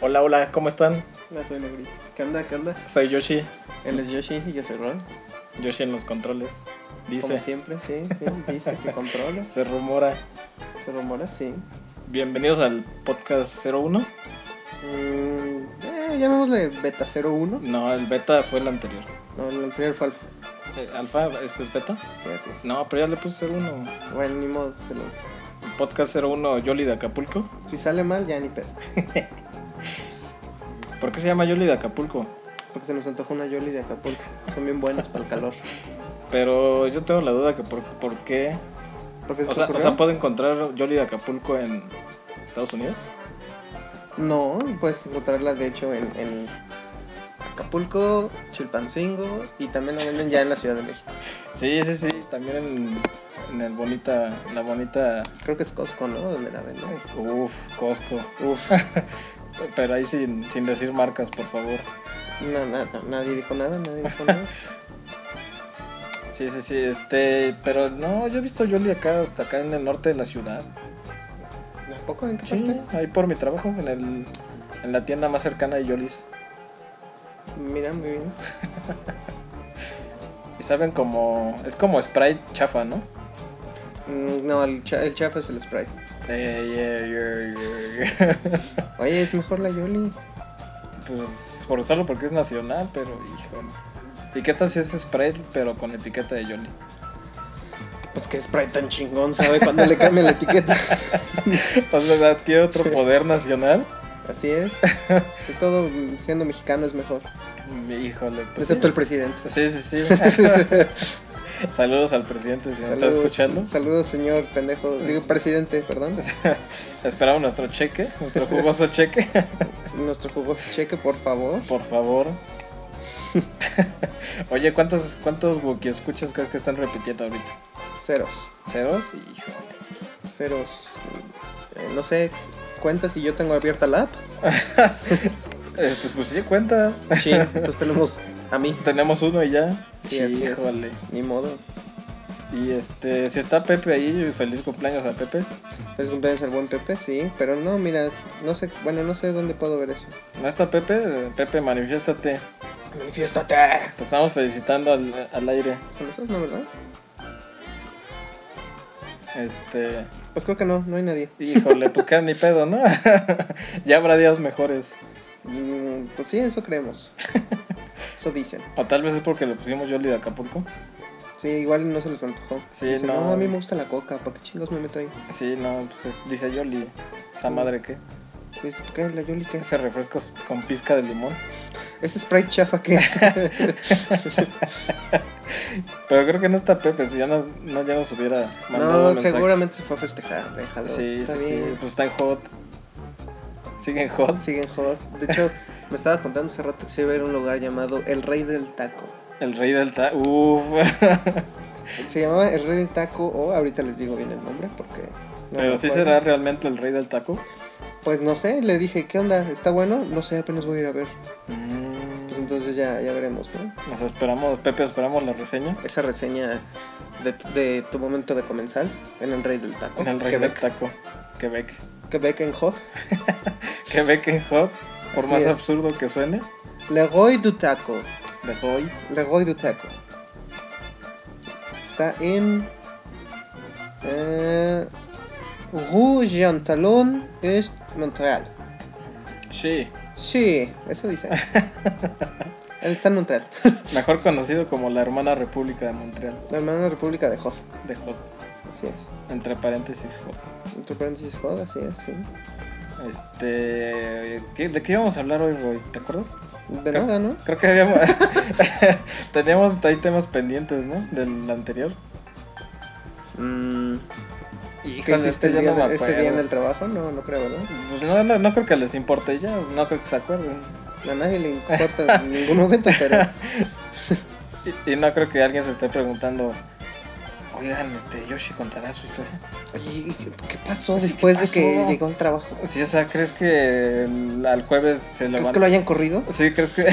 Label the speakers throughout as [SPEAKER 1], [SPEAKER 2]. [SPEAKER 1] Hola, hola, ¿cómo están?
[SPEAKER 2] No soy Negritos. ¿Qué onda? ¿Qué onda?
[SPEAKER 1] Soy Yoshi,
[SPEAKER 2] Él es Yoshi y yo soy Ron.
[SPEAKER 1] Yoshi en los controles.
[SPEAKER 2] Como
[SPEAKER 1] Dice,
[SPEAKER 2] siempre, sí, sí. Dice que controla.
[SPEAKER 1] se rumora.
[SPEAKER 2] Se rumora, sí.
[SPEAKER 1] Bienvenidos al podcast 01.
[SPEAKER 2] Mm, eh, llamémosle Beta 01.
[SPEAKER 1] No, el beta fue el anterior.
[SPEAKER 2] No, el anterior fue Alfa.
[SPEAKER 1] Eh, ¿Alfa? ¿Este es beta?
[SPEAKER 2] Sí, así es.
[SPEAKER 1] No, pero ya le puse 01.
[SPEAKER 2] Bueno, ni modo. se lo-
[SPEAKER 1] El podcast 01, Yoli de Acapulco.
[SPEAKER 2] Si sale mal, ya ni pedo.
[SPEAKER 1] ¿Por qué se llama Yoli de Acapulco?
[SPEAKER 2] Porque se nos antoja una Yoli de Acapulco. Son bien buenas para el calor.
[SPEAKER 1] Pero yo tengo la duda que por, por qué...
[SPEAKER 2] ¿Por qué se
[SPEAKER 1] O
[SPEAKER 2] te
[SPEAKER 1] sea, o
[SPEAKER 2] ocurrió?
[SPEAKER 1] sea, ¿puedo encontrar Yoli de Acapulco en Estados Unidos?
[SPEAKER 2] No, puedes encontrarla de hecho en, en Acapulco, Chilpancingo y también la venden ya en la Ciudad de México.
[SPEAKER 1] Sí, sí, sí. También en, en el bonita... La bonita... eh,
[SPEAKER 2] Creo que es Costco, ¿no? Donde la venden.
[SPEAKER 1] Uf, Costco.
[SPEAKER 2] Uf,
[SPEAKER 1] Pero ahí sin, sin decir marcas, por favor.
[SPEAKER 2] no, no, no, nadie dijo nada, nadie dijo nada.
[SPEAKER 1] Sí, sí, sí, este, pero no, yo he visto Yoli acá, hasta acá en el norte de la ciudad.
[SPEAKER 2] ¿Tampoco? ¿En qué
[SPEAKER 1] Sí,
[SPEAKER 2] parte?
[SPEAKER 1] ahí por mi trabajo, en, el, en la tienda más cercana de Yolis.
[SPEAKER 2] Mira, muy bien.
[SPEAKER 1] Y saben como, es como Sprite chafa, ¿no?
[SPEAKER 2] Mm, No, el, cha- el chafa es el Sprite.
[SPEAKER 1] Eh, yeah, yeah, yeah.
[SPEAKER 2] Oye, es mejor la Yoli.
[SPEAKER 1] pues por usarlo porque es nacional, pero híjole. ¿Y qué tal si es Sprite, pero con etiqueta de Yoli?
[SPEAKER 2] Pues que Sprite tan chingón, ¿sabe? Cuando le cambia la etiqueta.
[SPEAKER 1] Entonces adquiere otro poder nacional.
[SPEAKER 2] Así es. Que todo mm, siendo mexicano es mejor.
[SPEAKER 1] Híjole, pues. sí.
[SPEAKER 2] excepto el presidente.
[SPEAKER 1] Sí, sí, sí. Saludos al presidente si nos está
[SPEAKER 2] Saludos-
[SPEAKER 1] escuchando.
[SPEAKER 2] Saludos, señor pendejo. Digo, presidente, perdón.
[SPEAKER 1] Esperamos nuestro cheque, nuestro jugoso cheque,
[SPEAKER 2] Nuestro jugo cheque, por favor.
[SPEAKER 1] por favor. Oye, ¿cuántos, cuántos Wookiee escuchas crees que están repitiendo ahorita?
[SPEAKER 2] Ceros.
[SPEAKER 1] ¿Ceros? Hijo.
[SPEAKER 2] Ceros. Eh, no sé, cuenta si yo tengo abierta la app.
[SPEAKER 1] Este, pues sí, cuenta.
[SPEAKER 2] Sí, entonces tenemos a mí.
[SPEAKER 1] Tenemos uno y ya.
[SPEAKER 2] Sí, así es.
[SPEAKER 1] Híjole.
[SPEAKER 2] Ni modo.
[SPEAKER 1] Y este, si está Pepe ahí, feliz cumpleaños a Pepe.
[SPEAKER 2] Feliz cumpleaños al buen Pepe, sí, pero no, mira, no sé, bueno, no sé dónde puedo ver eso.
[SPEAKER 1] ¿No está Pepe? Pepe, manifiéstate.
[SPEAKER 2] ¡Manifiéstate!
[SPEAKER 1] Te estamos felicitando al, al aire.
[SPEAKER 2] ¿Son esos, no, verdad?
[SPEAKER 1] Este.
[SPEAKER 2] Pues creo que no, no hay nadie.
[SPEAKER 1] Híjole, pues queda ni pedo, ¿no? ya habrá días mejores.
[SPEAKER 2] Mm, pues sí, eso creemos. Eso dicen.
[SPEAKER 1] O tal vez es porque le pusimos Yoli de Acapulco.
[SPEAKER 2] Sí, igual no se les antojó.
[SPEAKER 1] Sí,
[SPEAKER 2] Dicen,
[SPEAKER 1] no.
[SPEAKER 2] a mí me gusta la coca, ¿para qué chingos me meto ahí?
[SPEAKER 1] Sí, no, pues es- dice Yoli. Esa madre que.
[SPEAKER 2] Sí, dice, ¿qué es la Yoli? ¿Qué es?
[SPEAKER 1] Ese refresco es con pizca de limón.
[SPEAKER 2] Ese Sprite chafa que...
[SPEAKER 1] Pero creo que no está Pepe, si ya no, no, ya nos hubiera mandado
[SPEAKER 2] no,
[SPEAKER 1] un mensaje.
[SPEAKER 2] seguramente se fue a festejar, déjalo.
[SPEAKER 1] Sí,
[SPEAKER 2] está
[SPEAKER 1] sí, sí.
[SPEAKER 2] bien.
[SPEAKER 1] Pues está en hot. Sigue en hot.
[SPEAKER 2] Siguen hot. De hecho, me estaba contando hace rato que se iba a ir a un lugar llamado El Rey del Taco.
[SPEAKER 1] El rey del ta. Uf.
[SPEAKER 2] Se llamaba El Rey del Taco, o ahorita les digo bien el nombre porque. no
[SPEAKER 1] Pero
[SPEAKER 2] me
[SPEAKER 1] sí
[SPEAKER 2] acuerdo.
[SPEAKER 1] será realmente el rey del taco.
[SPEAKER 2] Pues no sé, le dije, ¿qué onda? ¿Está bueno? No sé, apenas voy a ir a ver. Pues entonces ya, ya veremos, ¿no?
[SPEAKER 1] Mm, pues Nos esperamos, Pepe, esperamos la reseña.
[SPEAKER 2] Esa reseña de, tu- de tu momento de comensal en El Rey del Taco.
[SPEAKER 1] En el rey
[SPEAKER 2] Oh, Quebec,
[SPEAKER 1] del taco. Quebec.
[SPEAKER 2] Quebec en Hot.
[SPEAKER 1] Quebec en hot. Por
[SPEAKER 2] Así
[SPEAKER 1] más
[SPEAKER 2] es.
[SPEAKER 1] absurdo que suene.
[SPEAKER 2] Le Goy du Taco.
[SPEAKER 1] De hoy.
[SPEAKER 2] Le Goy du Taco. Está en. Eh, Rue Jean Talon, Est Montreal.
[SPEAKER 1] Sí.
[SPEAKER 2] Sí, eso dice. Él está en Montreal,
[SPEAKER 1] Mejor conocido como la hermana república de Montreal.
[SPEAKER 2] la hermana república de Hoff.
[SPEAKER 1] De hot.
[SPEAKER 2] Así es.
[SPEAKER 1] Entre paréntesis hot.
[SPEAKER 2] Entre paréntesis Hoff, así es, sí.
[SPEAKER 1] Este. ¿qué- ¿De qué íbamos a hablar hoy, Roy? ¿Te acuerdas?
[SPEAKER 2] De
[SPEAKER 1] Creo-
[SPEAKER 2] nada, ¿no?
[SPEAKER 1] Creo que habíamos. teníamos ahí temas pendientes, ¿no? Del anterior.
[SPEAKER 2] Mm, ¿Qué
[SPEAKER 1] Híjole,
[SPEAKER 2] hiciste
[SPEAKER 1] este
[SPEAKER 2] el
[SPEAKER 1] ya
[SPEAKER 2] día
[SPEAKER 1] no me
[SPEAKER 2] de- ese día en el
[SPEAKER 1] acuerdo.
[SPEAKER 2] trabajo? No, no creo, ¿no?
[SPEAKER 1] Pues no, no, no creo que les importe ya. No creo que se acuerden.
[SPEAKER 2] A nadie le importa en ningún momento, pero
[SPEAKER 1] Y, y no creo que alguien se esté preguntando. Oigan, este Yoshi contará su historia.
[SPEAKER 2] Oye, ¿y ¿qué qué pasó
[SPEAKER 1] Sí, ¿qué
[SPEAKER 2] después de que
[SPEAKER 1] pasó?
[SPEAKER 2] llegó al trabajo?
[SPEAKER 1] Si esa, ¿crees que el- al jueves se lo
[SPEAKER 2] ¿Crees
[SPEAKER 1] van
[SPEAKER 2] que lo hayan corrido?
[SPEAKER 1] Sí, ¿crees que...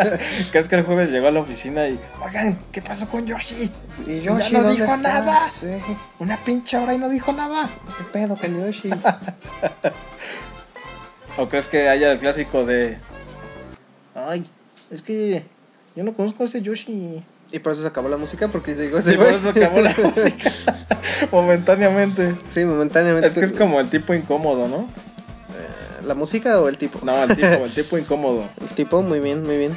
[SPEAKER 1] ¿crees que el jueves llegó a la oficina y... Oigan, ¿qué pasó con Yoshi?
[SPEAKER 2] Y
[SPEAKER 1] Ya
[SPEAKER 2] Yoshi,
[SPEAKER 1] no
[SPEAKER 2] ¿dónde
[SPEAKER 1] dijo
[SPEAKER 2] estás?
[SPEAKER 1] nada.
[SPEAKER 2] Sí,
[SPEAKER 1] Una pinche hora y no dijo nada.
[SPEAKER 2] ¿Qué pedo con Yoshi?
[SPEAKER 1] ¿O crees que haya el clásico de. Ay, es que yo no conozco a ese Yoshi.
[SPEAKER 2] Y por eso se acabó la música, porque digo,
[SPEAKER 1] Sí,
[SPEAKER 2] ese
[SPEAKER 1] por
[SPEAKER 2] güey.
[SPEAKER 1] eso acabó la música. Momentáneamente.
[SPEAKER 2] Sí, momentáneamente. pues,
[SPEAKER 1] Es que es como el tipo incómodo, ¿no?
[SPEAKER 2] ¿La música o el tipo?
[SPEAKER 1] No, el tipo, el tipo incómodo.
[SPEAKER 2] El tipo, muy bien, muy bien.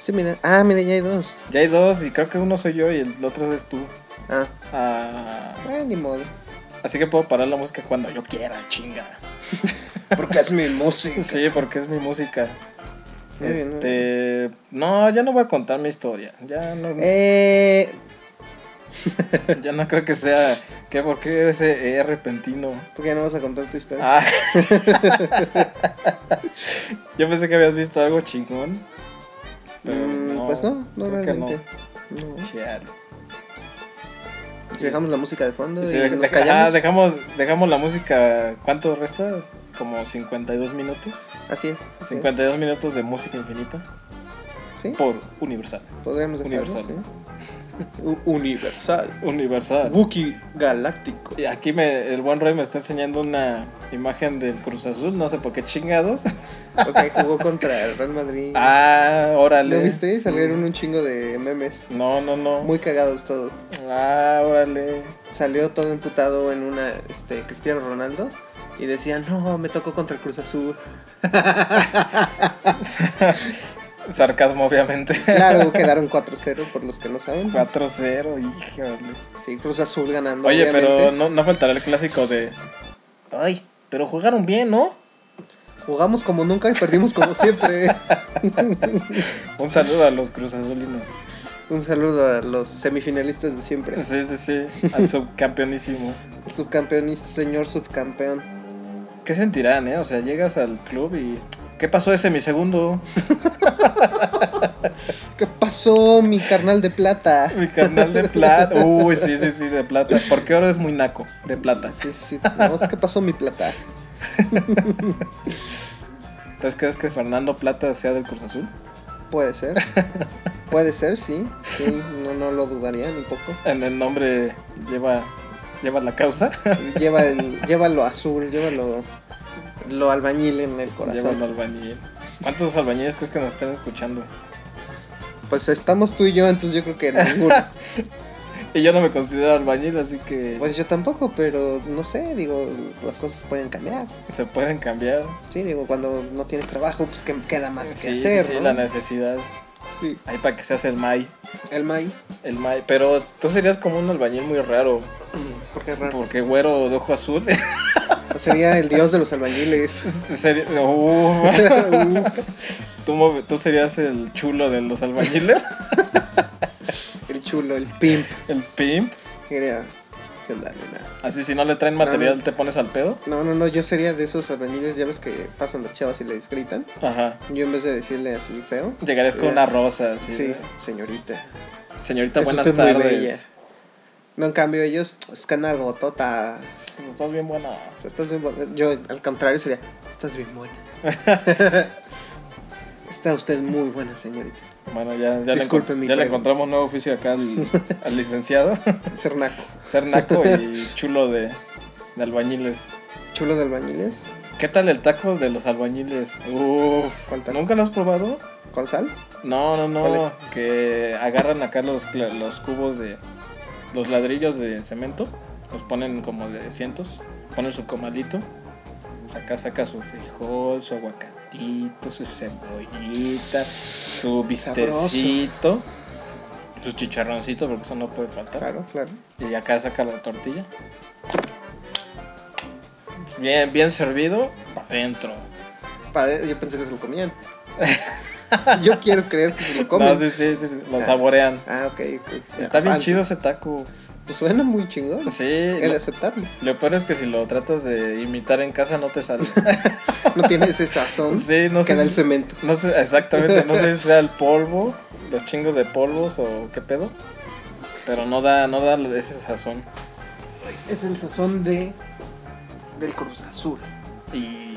[SPEAKER 2] Sí, mira. Ah, mira, ya hay dos.
[SPEAKER 1] Ya hay dos y creo que uno soy yo y el otro es tú.
[SPEAKER 2] Ah,
[SPEAKER 1] Ah,
[SPEAKER 2] eh, ni modo.
[SPEAKER 1] así que puedo parar la música cuando yo quiera, chinga.
[SPEAKER 2] Porque es mi música.
[SPEAKER 1] Sí, porque es mi música.
[SPEAKER 2] Muy bien, muy
[SPEAKER 1] Este, no, ya no voy a contar mi historia. Ya no,
[SPEAKER 2] Eh,
[SPEAKER 1] ya no creo que sea que porque ese eh, repentino.
[SPEAKER 2] ¿Por qué no vas a contar tu historia?
[SPEAKER 1] Ah. Yo pensé que habías visto algo chingón. Ah, Pero
[SPEAKER 2] Mm, pues no, no
[SPEAKER 1] creo que
[SPEAKER 2] realmente. No.
[SPEAKER 1] no. ah. Chale.
[SPEAKER 2] Si dejamos la música de fondo y
[SPEAKER 1] Sí, deja-
[SPEAKER 2] nos
[SPEAKER 1] deja- ah,
[SPEAKER 2] callamos.
[SPEAKER 1] dejamos, dejamos la música. ¿Cuánto resta? Como 52 minutos.
[SPEAKER 2] Así es. así es.
[SPEAKER 1] 52 minutos de música infinita
[SPEAKER 2] ¿Sí?
[SPEAKER 1] por Universal.
[SPEAKER 2] Podríamos dejarlo,
[SPEAKER 1] Universal.
[SPEAKER 2] sí. U- Universal.
[SPEAKER 1] Universal.
[SPEAKER 2] Wookie Galáctico.
[SPEAKER 1] Y Aquí me, el buen Roy me está enseñando una imagen del Cruz Azul, no sé por qué chingados.
[SPEAKER 2] Ok, jugó contra el Real Madrid.
[SPEAKER 1] Ah, órale.
[SPEAKER 2] ¿Lo viste? Salieron un chingo de memes.
[SPEAKER 1] No, no, no.
[SPEAKER 2] Muy cagados todos.
[SPEAKER 1] Ah, órale.
[SPEAKER 2] Salió todo emputado en una este Cristiano Ronaldo y decía, "No, me tocó contra el Cruz Azul."
[SPEAKER 1] Sarcasmo, obviamente.
[SPEAKER 2] Claro, quedaron 4-0 por los que no saben.
[SPEAKER 1] 4-0, híjole.
[SPEAKER 2] Sí, Cruz Azul ganando.
[SPEAKER 1] Oye, pero
[SPEAKER 2] obviamente.
[SPEAKER 1] no, no faltará el clásico de. Ay, pero jugaron bien, ¿no?
[SPEAKER 2] jugamos como nunca y perdimos como siempre.
[SPEAKER 1] Un saludo a los Cruz Azulinos.
[SPEAKER 2] Un saludo a los semifinalistas de siempre.
[SPEAKER 1] Sí, sí, sí. Al subcampeonísimo.
[SPEAKER 2] Subcampeón, señor subcampeón.
[SPEAKER 1] ¿Qué sentirán, eh? O sea, llegas al club y. ¿Qué pasó ese mi segundo?
[SPEAKER 2] ¿Qué pasó, mi carnal de plata?
[SPEAKER 1] Mi carnal de plata. Uy, sí, sí, sí, de plata. Porque ahora es muy naco, de plata.
[SPEAKER 2] Sí, sí, sí. No, es que pasó mi plata.
[SPEAKER 1] Entonces, ¿crees que Fernando Plata sea del Cruz Azul?
[SPEAKER 2] Puede ser. Puede ser, sí. sí no, no lo dudaría ni poco.
[SPEAKER 1] En el nombre lleva, lleva la causa.
[SPEAKER 2] Lleva el, llévalo azul, llévalo lo albañil en el
[SPEAKER 1] Lleva
[SPEAKER 2] corazón.
[SPEAKER 1] el albañil. ¿Cuántos albañiles crees que nos están escuchando?
[SPEAKER 2] Pues estamos tú y yo, entonces yo creo que ninguno.
[SPEAKER 1] Y yo no me considero albañil, así que
[SPEAKER 2] Pues yo tampoco, pero no sé, digo, las cosas pueden cambiar.
[SPEAKER 1] se pueden cambiar.
[SPEAKER 2] Sí, digo, cuando no tienes trabajo, pues que queda más
[SPEAKER 1] Sí,
[SPEAKER 2] que
[SPEAKER 1] sí,
[SPEAKER 2] hacer,
[SPEAKER 1] sí,
[SPEAKER 2] ¿no?
[SPEAKER 1] la necesidad.
[SPEAKER 2] Sí.
[SPEAKER 1] Ahí para que seas el Mai.
[SPEAKER 2] El May,
[SPEAKER 1] El Mai. Pero tú serías como un albañil muy raro.
[SPEAKER 2] porque es raro.
[SPEAKER 1] Porque güero de ojo azul.
[SPEAKER 2] Sería el dios de los albañiles.
[SPEAKER 1] Este Sería- Uf.
[SPEAKER 2] Uh.
[SPEAKER 1] ¿Tú, mov- tú serías el chulo de los albañiles,
[SPEAKER 2] El chulo, el pimp.
[SPEAKER 1] el pimp.
[SPEAKER 2] Quería. ¿Qué onda, nena?
[SPEAKER 1] Así si no le traen material te pones al pedo.
[SPEAKER 2] No, no, no, yo sería de esos albañiles, ya ves que pasan las chavas y les gritan.
[SPEAKER 1] Ajá.
[SPEAKER 2] Yo en vez de decirle así feo.
[SPEAKER 1] Llegarías con
[SPEAKER 2] Ya.
[SPEAKER 1] una rosa,
[SPEAKER 2] Sí,
[SPEAKER 1] así. de,
[SPEAKER 2] señorita.
[SPEAKER 1] Señorita,
[SPEAKER 2] Es
[SPEAKER 1] buenas
[SPEAKER 2] usted muy bella.
[SPEAKER 1] tardes.
[SPEAKER 2] No, en cambio, ellos, es que algo, tota.
[SPEAKER 1] Pues, Estás bien buena.
[SPEAKER 2] O sea, estás bien buena. Yo, al contrario, sería, estás bien buena. Está usted muy buena, señorita.
[SPEAKER 1] Bueno, ya, ya, le,
[SPEAKER 2] Disculpe
[SPEAKER 1] encon-
[SPEAKER 2] mi
[SPEAKER 1] ya le
[SPEAKER 2] pregunta.
[SPEAKER 1] encontramos nuevo oficio acá al, al licenciado.
[SPEAKER 2] Ser naco.
[SPEAKER 1] Ser naco y chulo de, de albañiles.
[SPEAKER 2] Chulo de albañiles,
[SPEAKER 1] ¿Qué tal el taco de los albañiles? Uf,
[SPEAKER 2] ¿Cuál taco?
[SPEAKER 1] ¿nunca lo has probado?
[SPEAKER 2] con sal.
[SPEAKER 1] No, no,
[SPEAKER 2] ¿Cuál
[SPEAKER 1] no. Que agarran acá los, cla- los cubos de. Los ladrillos de cemento. Los ponen como de cientos. Ponen su comalito. pues acá saca su frijol, su aguacatito, su cebollita, su bistecito. Su chicharroncito, porque eso no puede faltar.
[SPEAKER 2] Claro, claro.
[SPEAKER 1] Y acá saca la tortilla. Bien, bien servido, para adentro.
[SPEAKER 2] Padre, yo pensé que se lo comían. yo quiero creer que se lo comen.
[SPEAKER 1] No, sí, sí, sí, sí, lo
[SPEAKER 2] Ah.
[SPEAKER 1] saborean.
[SPEAKER 2] Ah, ok. ok.
[SPEAKER 1] Está bien
[SPEAKER 2] Ah,
[SPEAKER 1] chido ese taco.
[SPEAKER 2] Pues suena muy chingón.
[SPEAKER 1] Sí,
[SPEAKER 2] He de
[SPEAKER 1] lo-
[SPEAKER 2] aceptarlo.
[SPEAKER 1] Lo peor es que si lo tratas de imitar en casa no te sale.
[SPEAKER 2] No tiene ese sazón
[SPEAKER 1] Sí, no
[SPEAKER 2] que
[SPEAKER 1] sé.
[SPEAKER 2] da el
[SPEAKER 1] si-
[SPEAKER 2] cemento.
[SPEAKER 1] no sé, exactamente, no sé si sea el polvo, los chingos de polvos o qué pedo. Pero no da, no da ese sazón.
[SPEAKER 2] Es el sazón de. del Cruz Azul.
[SPEAKER 1] Y.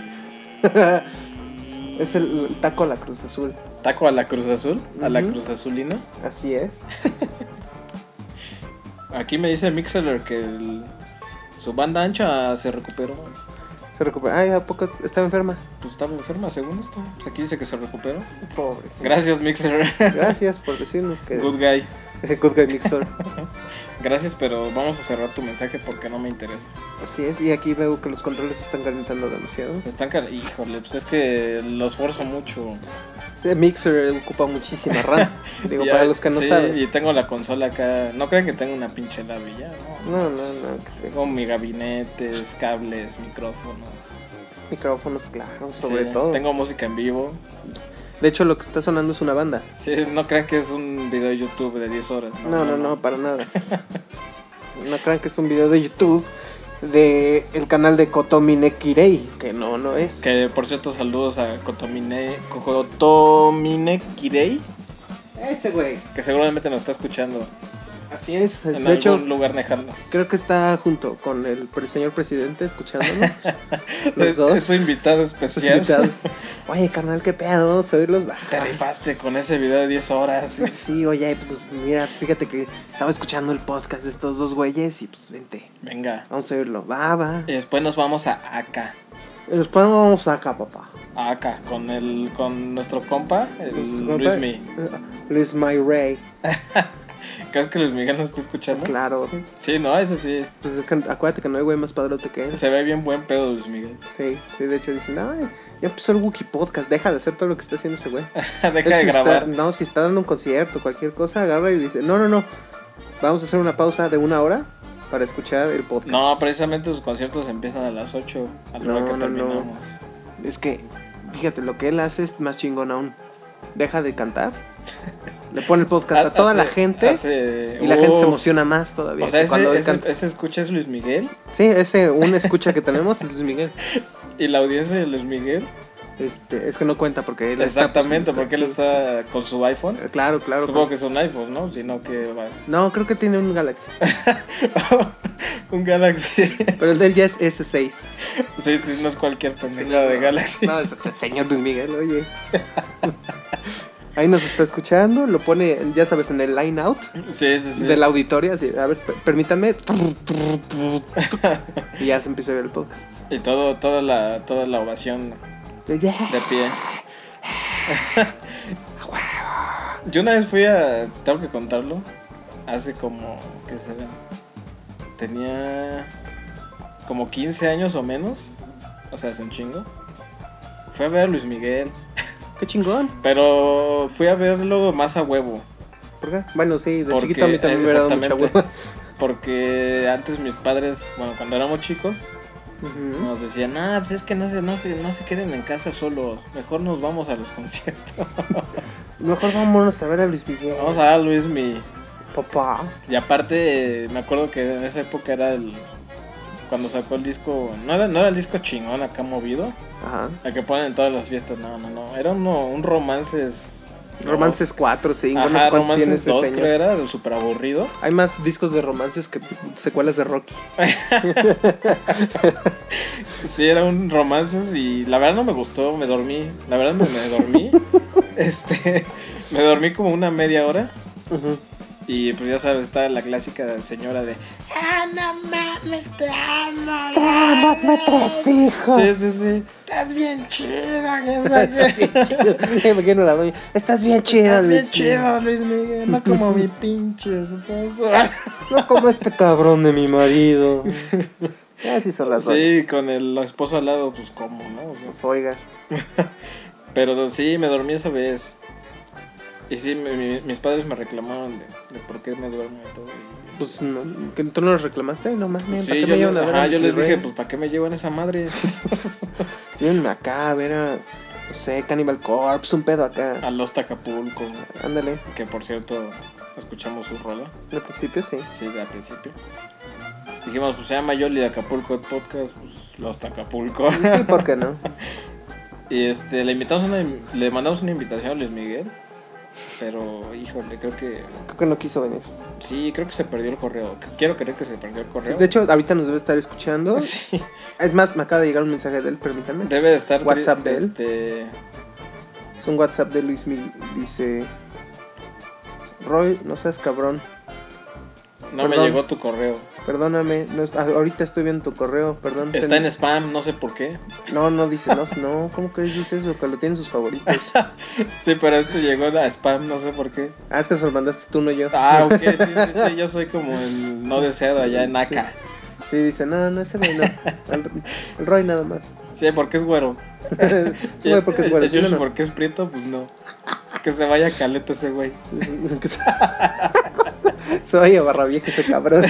[SPEAKER 2] es el, el taco a la Cruz Azul.
[SPEAKER 1] Taco a la Cruz Azul, a la
[SPEAKER 2] Ujú.
[SPEAKER 1] Cruz Azulina.
[SPEAKER 2] Así es.
[SPEAKER 1] Aquí me dice Mixler que el- su banda ancha se recuperó.
[SPEAKER 2] Se recupera. Ay, ¿a poco estaba enferma?
[SPEAKER 1] Pues estaba enferma, según esto. Pues aquí dice que se recuperó.
[SPEAKER 2] Pobres.
[SPEAKER 1] Gracias, Mixer.
[SPEAKER 2] Gracias por decirnos que.
[SPEAKER 1] Good guy.
[SPEAKER 2] Good Guy Mixer.
[SPEAKER 1] Gracias, pero vamos a cerrar tu mensaje porque no me interesa.
[SPEAKER 2] Así es, y aquí veo que los controles se están calentando demasiado.
[SPEAKER 1] Se están cal- Híjole, pues es que lo esfuerzo mucho.
[SPEAKER 2] Sí, Mixer ocupa muchísima RAM. Digo,
[SPEAKER 1] Ya,
[SPEAKER 2] para los que no
[SPEAKER 1] sí,
[SPEAKER 2] saben.
[SPEAKER 1] Y tengo la consola acá. No crean que tengo una pinche labi ya, no.
[SPEAKER 2] No, no, no, que se
[SPEAKER 1] Tengo mi gabinetes, cables, micrófonos.
[SPEAKER 2] Micrófonos, claro, sobre
[SPEAKER 1] Sí,
[SPEAKER 2] todo.
[SPEAKER 1] Tengo música en vivo.
[SPEAKER 2] De hecho, lo que está sonando es una banda.
[SPEAKER 1] Sí, no crean que es un video de YouTube de 10 horas.
[SPEAKER 2] No, no, no, para nada. no crean que es un video de YouTube de el canal de Kotomine Kirei, que no, no es.
[SPEAKER 1] Que por cierto, saludos a Kotomine, Kotomine Kirei,
[SPEAKER 2] Ese güey.
[SPEAKER 1] que seguramente nos está escuchando
[SPEAKER 2] Así es.
[SPEAKER 1] en
[SPEAKER 2] de
[SPEAKER 1] algún
[SPEAKER 2] hecho,
[SPEAKER 1] lugar lejano.
[SPEAKER 2] creo que está junto con el pre- señor presidente escuchándonos.
[SPEAKER 1] Es-
[SPEAKER 2] los dos.
[SPEAKER 1] Es su invitado
[SPEAKER 2] sus
[SPEAKER 1] especial.
[SPEAKER 2] invitados. Oye, carnal, qué pedo, soy los bajos.
[SPEAKER 1] Te rifaste con ese video de 10 horas.
[SPEAKER 2] Sí, oye, pues mira, fíjate que estaba escuchando el podcast de estos dos güeyes y pues vente,
[SPEAKER 1] Venga.
[SPEAKER 2] vamos a oírlo. Va, va.
[SPEAKER 1] Y después nos vamos a acá.
[SPEAKER 2] Después vamos acá, papá.
[SPEAKER 1] Ah, acá, con el con nuestro compa, el Luis
[SPEAKER 2] Luis Eh,
[SPEAKER 1] Mi.
[SPEAKER 2] Luis My Ray,
[SPEAKER 1] ¿Crees que Luis Miguel nos está escuchando?
[SPEAKER 2] claro.
[SPEAKER 1] Sí, no, ese sí.
[SPEAKER 2] Pues es que acuérdate que no hay güey más padrote que él.
[SPEAKER 1] Se ve bien buen pedo Luis Miguel.
[SPEAKER 2] Sí, sí, de hecho dicen, ay, ya empezó el Wookiee Podcast, deja de hacer todo lo que está haciendo ese güey.
[SPEAKER 1] Deja
[SPEAKER 2] Él
[SPEAKER 1] de
[SPEAKER 2] si está-
[SPEAKER 1] grabar.
[SPEAKER 2] no, si está dando un concierto, cualquier cosa, agarra y dice, no, no, no, vamos a hacer una pausa de una hora para escuchar el podcast.
[SPEAKER 1] No, precisamente sus conciertos empiezan a las 8, a la hora
[SPEAKER 2] No,
[SPEAKER 1] que
[SPEAKER 2] no, no.
[SPEAKER 1] terminamos.
[SPEAKER 2] Es que, fíjate, lo que él hace es más chingón aún. Deja de cantar, le pone el podcast a,
[SPEAKER 1] Ha-
[SPEAKER 2] toda la
[SPEAKER 1] hace-
[SPEAKER 2] gente
[SPEAKER 1] hace-
[SPEAKER 2] y la gente se
[SPEAKER 1] Uf.
[SPEAKER 2] emociona más todavía.
[SPEAKER 1] O sea,
[SPEAKER 2] que cuando
[SPEAKER 1] ese,
[SPEAKER 2] él
[SPEAKER 1] ese-
[SPEAKER 2] canta.
[SPEAKER 1] ese escucha es Luis Miguel
[SPEAKER 2] Sí, ese, un escucha que tenemos es Luis Miguel.
[SPEAKER 1] y la audiencia de Luis Miguel.
[SPEAKER 2] Este, es que no cuenta porque él está, pues, Eh,
[SPEAKER 1] Exactamente, porque él está con su iPhone.
[SPEAKER 2] Claro, claro. pues.
[SPEAKER 1] Supongo
[SPEAKER 2] pero-
[SPEAKER 1] que es un iPhone, ¿no? Sino que va-
[SPEAKER 2] No, creo que tiene un Galaxy.
[SPEAKER 1] un Galaxy.
[SPEAKER 2] Pero el de él ya es S6.
[SPEAKER 1] sí, sí, no es cualquier pendeja de
[SPEAKER 2] No,
[SPEAKER 1] Galaxy.
[SPEAKER 2] No, es el señor Luis Miguel, oye. Ahí nos está escuchando, lo pone, ya sabes, en el line out
[SPEAKER 1] Sí, sí, sí.
[SPEAKER 2] del auditorio. Así, a ver, per- permítanme. Y ya se empieza a ver el podcast.
[SPEAKER 1] Y todo, toda la, toda la ovación
[SPEAKER 2] De, "Yeah".
[SPEAKER 1] de pie. Yo una vez fui a. Tengo que contarlo. Hace como. ¿Qué será? Tenía. Como 15 años o menos. O sea, es un chingo. Fui a ver a Luis Miguel.
[SPEAKER 2] Qué chingón.
[SPEAKER 1] Pero fui a verlo más a huevo.
[SPEAKER 2] ¿Por qué? Bueno, sí, de
[SPEAKER 1] Porque-
[SPEAKER 2] chiquito a mí también me hubiera dado mucha
[SPEAKER 1] exactamente.
[SPEAKER 2] hueva.
[SPEAKER 1] Porque antes mis padres, bueno, cuando éramos chicos,
[SPEAKER 2] Ujú.
[SPEAKER 1] nos decían, ah, pues es que no se, no se, no se queden en casa solos. Mejor nos vamos a los conciertos.
[SPEAKER 2] Mejor vámonos a ver a Luis Miguel.
[SPEAKER 1] Vamos a ver a Luis mi.
[SPEAKER 2] Papá.
[SPEAKER 1] Y aparte, eh, me acuerdo que en esa época era el. Cuando sacó el disco. No era, no era el disco chingón acá movido.
[SPEAKER 2] Ajá.
[SPEAKER 1] El que ponen en todas las fiestas. No, no, no. Era uno, un romances.
[SPEAKER 2] Romances 4, 5, no sé
[SPEAKER 1] Ajá,
[SPEAKER 2] cuántos tiene
[SPEAKER 1] romances
[SPEAKER 2] ese
[SPEAKER 1] 2,
[SPEAKER 2] señor.
[SPEAKER 1] creo era. Súper aburrido.
[SPEAKER 2] Hay más discos de romances que secuelas de Rocky.
[SPEAKER 1] Sí, era un romances y la verdad no me gustó. Me dormí. La verdad me, me dormí. este. Me dormí como una media hora.
[SPEAKER 2] Ujú.
[SPEAKER 1] Y pues ya sabes, está la clásica señora de.
[SPEAKER 3] Ah, no mames, te amo.
[SPEAKER 2] Hazme tres hijos.
[SPEAKER 1] Sí, sí, sí.
[SPEAKER 3] Estás bien chido, que soy-
[SPEAKER 2] Me imagino la doña. Estás bien chida,
[SPEAKER 3] Estás bien
[SPEAKER 2] Luis.
[SPEAKER 3] chido, Luis Miguel. No como mi pinche esposo.
[SPEAKER 2] No como este cabrón de mi marido. Así son las
[SPEAKER 1] Sí,
[SPEAKER 2] doñas.
[SPEAKER 1] con el esposo al lado, pues como, ¿no? O sea,
[SPEAKER 2] Pues, oiga.
[SPEAKER 1] Pero sí, me dormí esa vez. Y sí, mi- mi- mis padres me reclamaron de, de por qué me duermo y todo. Y-
[SPEAKER 2] Pues no, que tú no los reclamaste, no mames.
[SPEAKER 1] Pues
[SPEAKER 2] ¿Para
[SPEAKER 1] sí,
[SPEAKER 2] qué me
[SPEAKER 1] yo,
[SPEAKER 2] llevan a ver?
[SPEAKER 1] ajá,
[SPEAKER 2] a
[SPEAKER 1] yo
[SPEAKER 2] Luis
[SPEAKER 1] les dije,
[SPEAKER 2] Miguel?
[SPEAKER 1] pues ¿para qué me llevan esa madre?
[SPEAKER 2] Llévenme acá a ver a. No sé, Cannibal Corpse, un pedo acá.
[SPEAKER 1] a los Tacapulco,
[SPEAKER 2] Ándale,
[SPEAKER 1] que por cierto, escuchamos su rola,
[SPEAKER 2] de principio sí.
[SPEAKER 1] sí, de al principio. Dijimos, pues se llama Yoli de Acapulco el podcast, pues los Tacapulco.
[SPEAKER 2] Sí, ¿por qué no?
[SPEAKER 1] Y este, le invitamos una, le mandamos una invitación a Luis Miguel, pero híjole, creo que
[SPEAKER 2] Creo que no quiso venir.
[SPEAKER 1] sí, creo que se perdió el correo. Quiero creer que se perdió el correo.
[SPEAKER 2] De hecho, ahorita nos debe estar escuchando.
[SPEAKER 1] Sí,
[SPEAKER 2] Es más, me acaba de llegar un mensaje de él, permítanme.
[SPEAKER 1] debe de estar tri-
[SPEAKER 2] WhatsApp de él.
[SPEAKER 1] este,
[SPEAKER 2] Es un WhatsApp de Luis Miguel. Dice: Roy, no seas cabrón.
[SPEAKER 1] no me
[SPEAKER 2] Perdón.
[SPEAKER 1] llegó tu correo.
[SPEAKER 2] Perdóname, no est- ah, ahorita estoy viendo tu correo, perdón.
[SPEAKER 1] Está en spam, no sé por qué.
[SPEAKER 2] No, no dice, no, no, ¿cómo crees dice eso? Que lo tienen sus favoritos.
[SPEAKER 1] Sí, pero esto llegó a spam, no sé por qué.
[SPEAKER 2] Ah, es que se lo mandaste tú, no yo.
[SPEAKER 1] Ah, ok, sí, sí, sí, yo soy como el no deseado allá en ACA.
[SPEAKER 2] Sí, dice, no, no, ese güey no. El, el Roy nada más.
[SPEAKER 1] Sí, porque es güero.
[SPEAKER 2] Ese
[SPEAKER 1] Sí,
[SPEAKER 2] güey porque es güero,
[SPEAKER 1] el Yoshi
[SPEAKER 2] yo no.
[SPEAKER 1] porque es prieto, pues no. Que se vaya caleta ese güey.
[SPEAKER 2] Que se- Se vaya barra vieja ese cabrón.